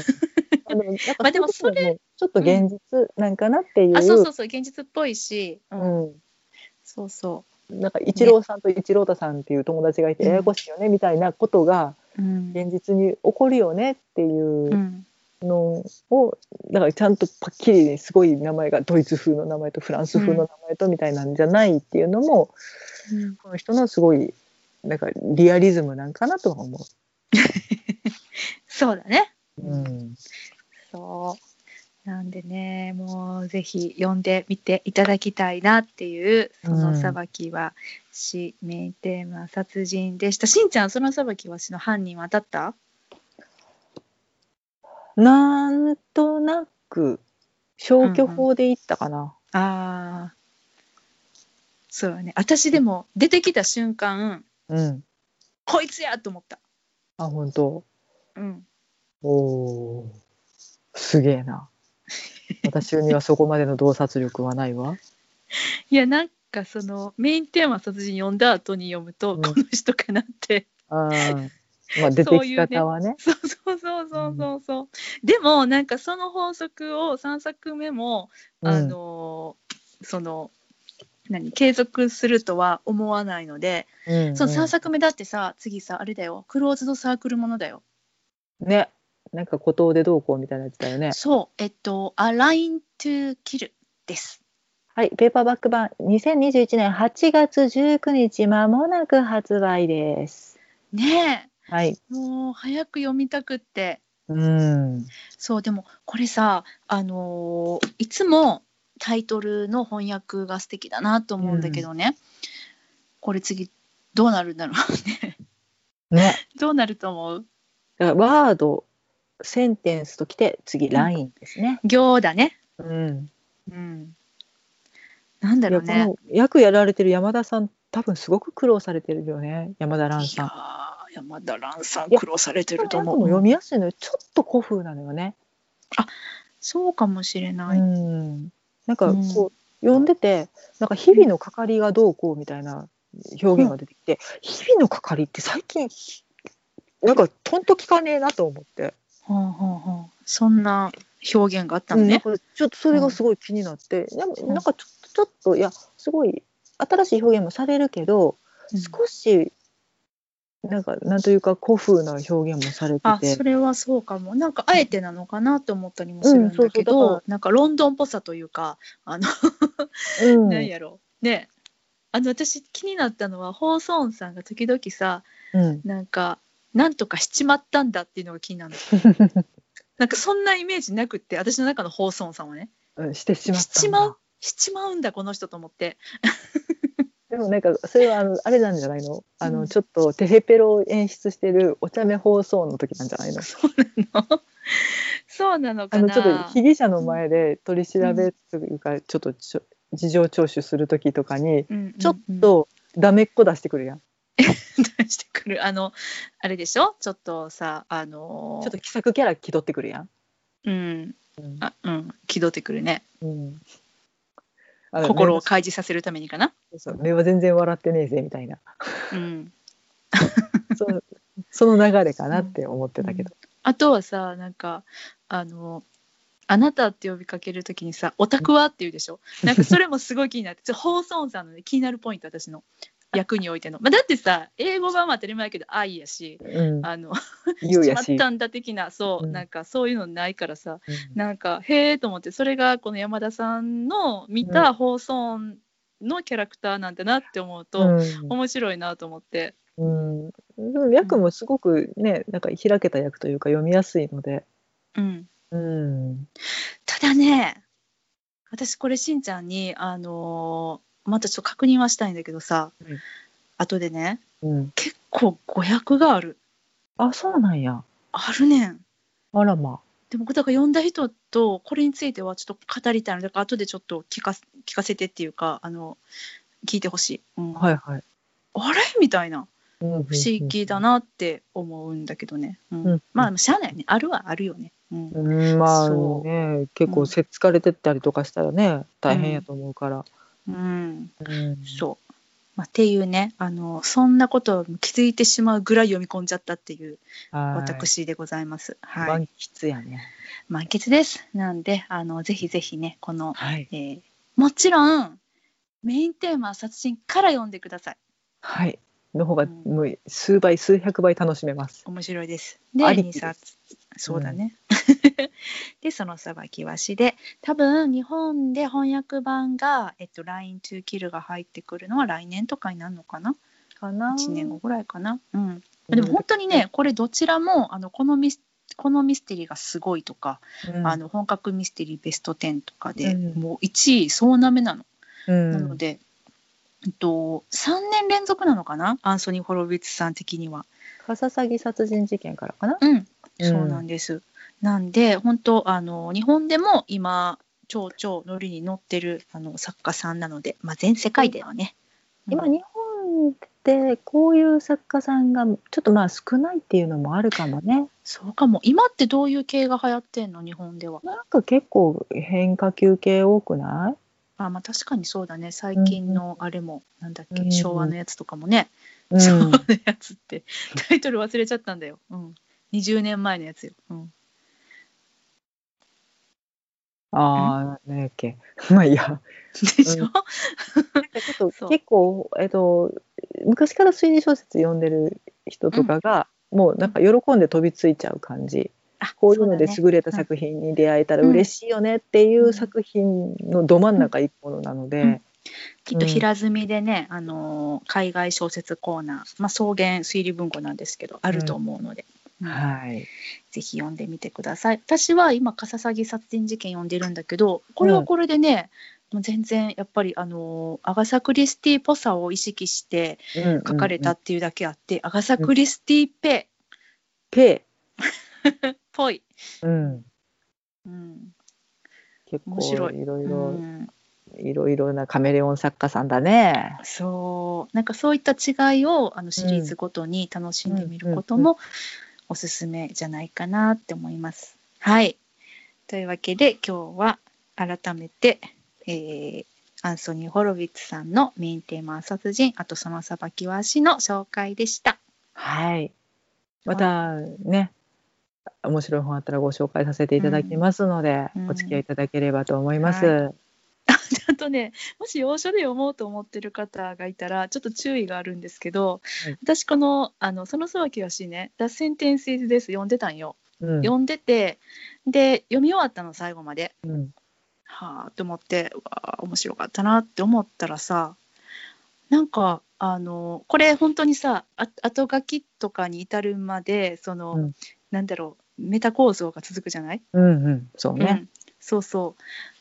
Speaker 2: でもなんか
Speaker 1: まあでも
Speaker 2: そういうのもちょっと現実なんかなっていう、
Speaker 1: あそうそうそう現実っぽいし、うん、そうそ
Speaker 2: なんか一郎さんと一郎太さんっていう友達がいて
Speaker 1: うん
Speaker 2: ややこしいよねみたいなことが
Speaker 1: う、うん、
Speaker 2: 現実に起こるよねっていううんのをだからちゃんとパッキリすごい名前がドイツ風の名前とフランス風の名前とみたいなんじゃないっていうのも、
Speaker 1: うん
Speaker 2: この人のすごいなんかリアリズムなんかなとは思
Speaker 1: そうだね
Speaker 2: う。うん
Speaker 1: そう。なんでね、もうぜひ読んでみていただきたいなっていう、その裁きは死、メインテーマ、殺人でした。しんちゃん、その裁きは死の犯人は当たった
Speaker 2: なんとなく消去法でいったかな。
Speaker 1: ああ。そうだね。私でも出てきた瞬間、
Speaker 2: うん、
Speaker 1: こいつやと思った。
Speaker 2: あ本当
Speaker 1: うん。
Speaker 2: おおすげえな私にはそこまでの洞察力はないわ
Speaker 1: いや、なんかそのメインテーマ殺人読んだ後に読むと、
Speaker 2: うん
Speaker 1: この人かなって。
Speaker 2: あーまあ出てき方はね
Speaker 1: そうそうそうそうそうそう。でも、なんかその法則を3作目も、あのーその何継続するとは思わないので、
Speaker 2: うんうん
Speaker 1: その3作目だってさ次さあれだよクローズドサークルものだよ、
Speaker 2: ねなんか孤島でどうこうみたいなやつだよね
Speaker 1: そうえっと「アライン・トゥ・キル」です
Speaker 2: はい、ペーパーバック版2021年8月19日まもなく発売です。
Speaker 1: ね
Speaker 2: はい。
Speaker 1: えもう早く読みたくって
Speaker 2: うん。
Speaker 1: そうでもこれさあのーいつもタイトルの翻訳が素敵だなと思うんだけどね、これ次どうな *laughs* るんだろうね
Speaker 2: ね。
Speaker 1: どうなると思う
Speaker 2: だから *laughs* ワード、センテンスときて次ラインですね。
Speaker 1: 行だね
Speaker 2: うん。
Speaker 1: うんなんだ
Speaker 2: い
Speaker 1: ろ
Speaker 2: や
Speaker 1: う
Speaker 2: こ
Speaker 1: ね
Speaker 2: の役やられてる山田さん、多分すごく苦労されてるよね。山田蘭
Speaker 1: いや
Speaker 2: さん。
Speaker 1: ー山田蘭さん
Speaker 2: いや
Speaker 1: 苦労されて
Speaker 2: でも
Speaker 1: ると思
Speaker 2: なんかも読
Speaker 1: う
Speaker 2: みやすいのよ。ちょっと古風なのよね。
Speaker 1: そうかもしれない、
Speaker 2: うん。なんかこう、読んでて、なんか日々のかかりがどうこうみたいな表現が出てきて、日々のかかりって最近、なんかとんと聞かねえなと思って。
Speaker 1: ほうほうほうそんな表現があったの
Speaker 2: うんなん
Speaker 1: ね、
Speaker 2: かちょっとそれがすごい気になって、でもなんかちょっとちょっといやすごい新しい表現もされるけど、
Speaker 1: うん
Speaker 2: 少しなんかなんというか古風な表現もされて
Speaker 1: あ
Speaker 2: て
Speaker 1: それはそうかもなんかあえてなのかなと思ったりもするんだけ
Speaker 2: うんそうそう
Speaker 1: ど、
Speaker 2: だか
Speaker 1: なんかロンドンっぽさというかあの、
Speaker 2: うん
Speaker 1: なんやろねあの私気になったのは放送音さんが時々さ
Speaker 2: うん
Speaker 1: なんかなんとかしちまったんだっていうのが気になるの *laughs* なんかそんなイメージなくって私の中の放送音さんはね
Speaker 2: うん、してしまっ
Speaker 1: したち
Speaker 2: んだ
Speaker 1: まうしちまうんだこの人と思って
Speaker 2: でもなんかそれはあのあれなんじゃないのあ
Speaker 1: うん
Speaker 2: のちょっとテヘペロを演出してるお茶目放送の時なんじゃないの
Speaker 1: そうなの *laughs* そうなの
Speaker 2: あ
Speaker 1: か
Speaker 2: の
Speaker 1: な
Speaker 2: ちょっと被疑者の前で取り調べというか、ちょっとちょ事情聴取する時とかに
Speaker 1: うんうんうん
Speaker 2: ちょっとダメっ子出してくるやん。
Speaker 1: 出してく *laughs* るあのあれでしょちょっとさあの
Speaker 2: ちょっと気さくキャラ気取ってくるやん。
Speaker 1: うん
Speaker 2: うん
Speaker 1: あうん気取ってくるね
Speaker 2: うん、あの
Speaker 1: 心を
Speaker 2: 目は
Speaker 1: 開示させるためにかな
Speaker 2: そう目は全然笑ってねえぜみた
Speaker 1: *laughs*
Speaker 2: いな
Speaker 1: うん
Speaker 2: そのその流れかなって思ってたけど、
Speaker 1: あとはさなんかあのあなたって呼びかけるときにさオタクはって言うでしょなんかそれもすごい気になってちょ *laughs* ホーソンさんのね気になるポイント私の役においての、まあ、だってさ英語版は当たり前やけど愛やし
Speaker 2: うん、
Speaker 1: あの
Speaker 2: 言うや
Speaker 1: まっ
Speaker 2: し、
Speaker 1: たんだ的なそう、
Speaker 2: うん
Speaker 1: なんかそういうのないからさ
Speaker 2: うん
Speaker 1: なんかへえと思ってそれがこの山田さんの見た放送音のキャラクターなんだなって思うと、面白いなと思って、
Speaker 2: うんうん、でも役もすごくねなんか開けた役というか読みやすいので、
Speaker 1: うん、
Speaker 2: うん、
Speaker 1: ただね私これしんちゃんにあのーまたちょっと確認はしたいんだけどさ、
Speaker 2: うん
Speaker 1: 後でね
Speaker 2: うん、
Speaker 1: 結構誤訳がある
Speaker 2: あそうなんや
Speaker 1: あるねん
Speaker 2: あらま
Speaker 1: でもだから読んだ人とこれについてはちょっと語りたいのでだから後でちょっと聞かせ聞かせてっていうかあの聞いてほしい、うん
Speaker 2: あはいはい、
Speaker 1: あれみたいな
Speaker 2: うん、
Speaker 1: 不思議だ
Speaker 2: な、
Speaker 1: なって思うんだけどね。うん
Speaker 2: うん
Speaker 1: まあ、しゃあないね。あるはあるよね。うん
Speaker 2: うん、まあ
Speaker 1: そう
Speaker 2: ね結構せっつかれてったりとかしたらね大変やと思うから、
Speaker 1: うん、
Speaker 2: うん
Speaker 1: そう。まあ、っていうねあの、そんなことを気づいてしまうぐらい読み込んじゃったっていう
Speaker 2: はい
Speaker 1: 私でございます。はい、
Speaker 2: 満喫やね。
Speaker 1: 満喫です。なんであの、ぜひぜひね、この、
Speaker 2: はい。
Speaker 1: えーもちろん、メインテーマは殺人から読んでください。
Speaker 2: はい。の方
Speaker 1: う
Speaker 2: が、
Speaker 1: ん
Speaker 2: もう数倍、数百倍楽しめます。
Speaker 1: 面白いです。で、
Speaker 2: ありき
Speaker 1: 2
Speaker 2: です
Speaker 1: 冊。そうだね。 *laughs* で、そのさばきわしで、多分日本で翻訳版が、えっと、LINE to kill が入ってくるのは来年とかになるのかな。
Speaker 2: かな
Speaker 1: ?1 年後。ぐらいかな。うん。
Speaker 2: うん
Speaker 1: でも本当にね、これどちらも、あの、このミス、このミステリーがすごいとか、あの本格ミステリーベスト10とかで、
Speaker 2: うん
Speaker 1: もう1位総なめなの。
Speaker 2: うん、
Speaker 1: なので、えっと、3年連続なのかなアンソニー・ホロビッツさん的には。
Speaker 2: カササギ殺人事件からかな。
Speaker 1: うん、
Speaker 2: うん
Speaker 1: そうなんです。なんで本当あの日本でも今超超ノリに乗ってるあの作家さんなので、まあ、全世界ではね。
Speaker 2: 今
Speaker 1: うん
Speaker 2: 日本でこういう作家さんがちょっとまあ少ないっていうのもあるかもね。
Speaker 1: そうかも今ってどういう系が流行ってんの日本では。
Speaker 2: なんか結構変化球系多くない？
Speaker 1: あまあ確かにそうだね最近のあれも、なんだっけ、
Speaker 2: うん
Speaker 1: 昭和のやつとかもね、
Speaker 2: うん
Speaker 1: 昭和のやつって *laughs* タイトル忘れちゃったんだよ。うん20年前のやつよ。うん、
Speaker 2: ああ、なんだっけ。 *laughs* まあいいや。
Speaker 1: でしょ、
Speaker 2: うんなんかちょ
Speaker 1: そ
Speaker 2: っと
Speaker 1: う
Speaker 2: *laughs* 結構、えっと、昔から推理小説読んでる人とかが、もうなんか喜んで飛びついちゃう感じ
Speaker 1: あ
Speaker 2: こういうので
Speaker 1: そ
Speaker 2: 優れた作品に出会えたら嬉しいよねってい
Speaker 1: うん
Speaker 2: う作品のど真ん中一本なので、
Speaker 1: うんきっと平積みでね、あのー海外小説コーナー、まあ、草原推理文庫なんですけどあると思うので、うん
Speaker 2: はい、
Speaker 1: ぜひ読んでみてください私は今笠サギ殺人事件読んでるんだけどこれはこれでね、もう全然やっぱりあのーアガサ・クリスティっぽさを意識して
Speaker 2: 書
Speaker 1: 書かれたっていうだけあって、アガサ・クリスティっぺっ
Speaker 2: ペ、
Speaker 1: ぽい、
Speaker 2: うん、
Speaker 1: うん
Speaker 2: 結構
Speaker 1: 面白い
Speaker 2: いろいうろ
Speaker 1: ん、
Speaker 2: いろいろなカメレオン作家さんだね。
Speaker 1: そうなんかそういった違いをあのシリーズごとに楽しんでみることもおすすめじゃないかなって思います。はいというわけで今日は改めて、えーアンソニー・ホロヴィッツさんのメインテーマ「殺人」あと「その裁きは足」の紹介でした。 *laughs*
Speaker 2: はい。またね、面白い本あったらご紹介させていただきますので、
Speaker 1: うん
Speaker 2: お付き合いいただければと思います。
Speaker 1: はあとねもし要所で読もうと思ってる方がいたらちょっと注意があるんですけど、
Speaker 2: はい
Speaker 1: 私この「あのその裁きは足ね」「脱線転生です」読んでたんよ。
Speaker 2: うん
Speaker 1: 読んでてで読み終わったの最後まで
Speaker 2: うん
Speaker 1: はあと思ってうわあ面白かったなって思ったらさなんかあのこれ本当にさあ後書きとかに至るまでその、
Speaker 2: うん
Speaker 1: なんだろうメタ構造が続くじゃない、
Speaker 2: うんうん、そう
Speaker 1: う
Speaker 2: ね。
Speaker 1: んそうそ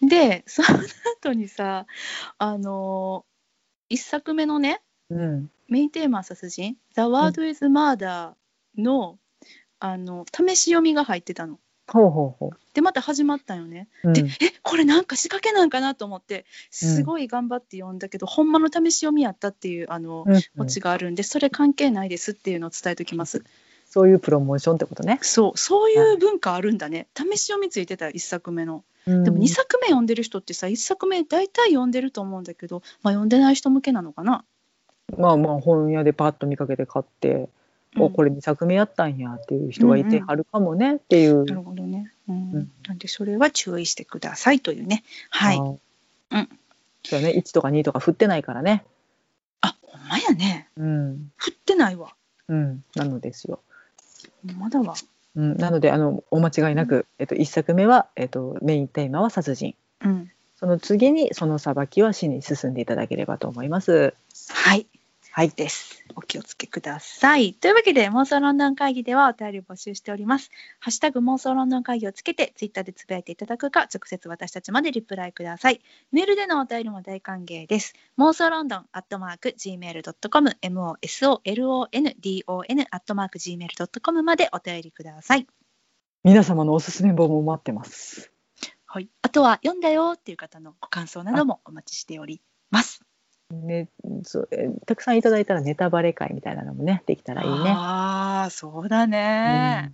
Speaker 1: うでその後にさあの一作目のね、
Speaker 2: うん、
Speaker 1: メインテーマ殺人「The Word is Murder の」あの試し読みが入ってたの。
Speaker 2: ほうほうほ
Speaker 1: でまた始まったんよね。
Speaker 2: う。うん
Speaker 1: で、えこれなんか仕掛けなんかなと思ってすごい頑張って読んだけど、ほんまの試し読みやったっていうあの、
Speaker 2: うん
Speaker 1: オチがあるんでそれ関係ないですっていうのを伝えときます。
Speaker 2: そういうプロモーションってことね。
Speaker 1: そうそういう文化あるんだね。試し読みついてた1作目の。で
Speaker 2: で
Speaker 1: も2作目読んでる人ってさ1作目大体読んでると思うんだけど、まあ、読んでない人向けなのかな。
Speaker 2: まあまあ本屋でパッと見かけて買って、
Speaker 1: う
Speaker 2: お
Speaker 1: ん
Speaker 2: これ2作目やったんやっていう人がいてはるかもねっていう。
Speaker 1: なるほどね。うん
Speaker 2: うん
Speaker 1: なんでそれは注意してくださいというね。はい。
Speaker 2: うん
Speaker 1: うん。
Speaker 2: そうね、1とか2とか振ってないからね。
Speaker 1: あほんまやね。
Speaker 2: うん。
Speaker 1: 振ってないわ。
Speaker 2: うん。なのですよ。
Speaker 1: ほんまだわ。
Speaker 2: うん、なのであのお間違いなく、えっと、1作目は、えっと、メインテーマは殺人
Speaker 1: うん。
Speaker 2: その次にその裁きは死に進んでいただければと思います。
Speaker 1: はい。
Speaker 2: はい、
Speaker 1: です。お気をつけください。というわけで、妄想ロンドン会議ではお便りを募集しております。ハッシュタグ妄想ロンドン会議をつけて、ツイッターでつぶやいていただくか、直接私たちまでリプライください。メールでのお便りも大歓迎です。妄想ロンドンアットマーク Gmail.com、MOSOLONDON アットマーク Gmail.com までお便りください。
Speaker 2: 皆様のおすすめ本も待ってます。
Speaker 1: はい、あとは読んだよっていう方のご感想などもお待ちしております。
Speaker 2: ね、そうえたくさんいただいたらネタバレ会みたいなのもねできたらいいね。
Speaker 1: ああ、そうだ
Speaker 2: うん
Speaker 1: ね。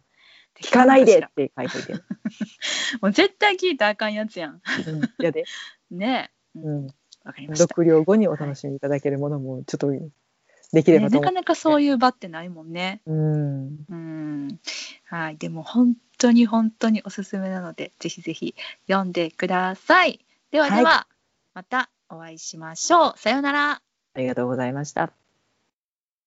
Speaker 2: 聞かないでって書いといて。
Speaker 1: もう絶対聞いたらあかんやつやん。 *laughs*
Speaker 2: うん、やで、
Speaker 1: ねえ。
Speaker 2: う
Speaker 1: わ、
Speaker 2: ん、
Speaker 1: かりました。
Speaker 2: 読料後にお楽しみいただけるものもちょっとできれ
Speaker 1: ね
Speaker 2: ばと
Speaker 1: な
Speaker 2: 思
Speaker 1: か
Speaker 2: う。
Speaker 1: なかそういう場ってないもんね。
Speaker 2: うん、
Speaker 1: うん。はい、でも本当に本当におすすめなので、ぜひぜひ読んでください。ではでは、またお会いしましょう。さようなら。
Speaker 2: ありがとうございました。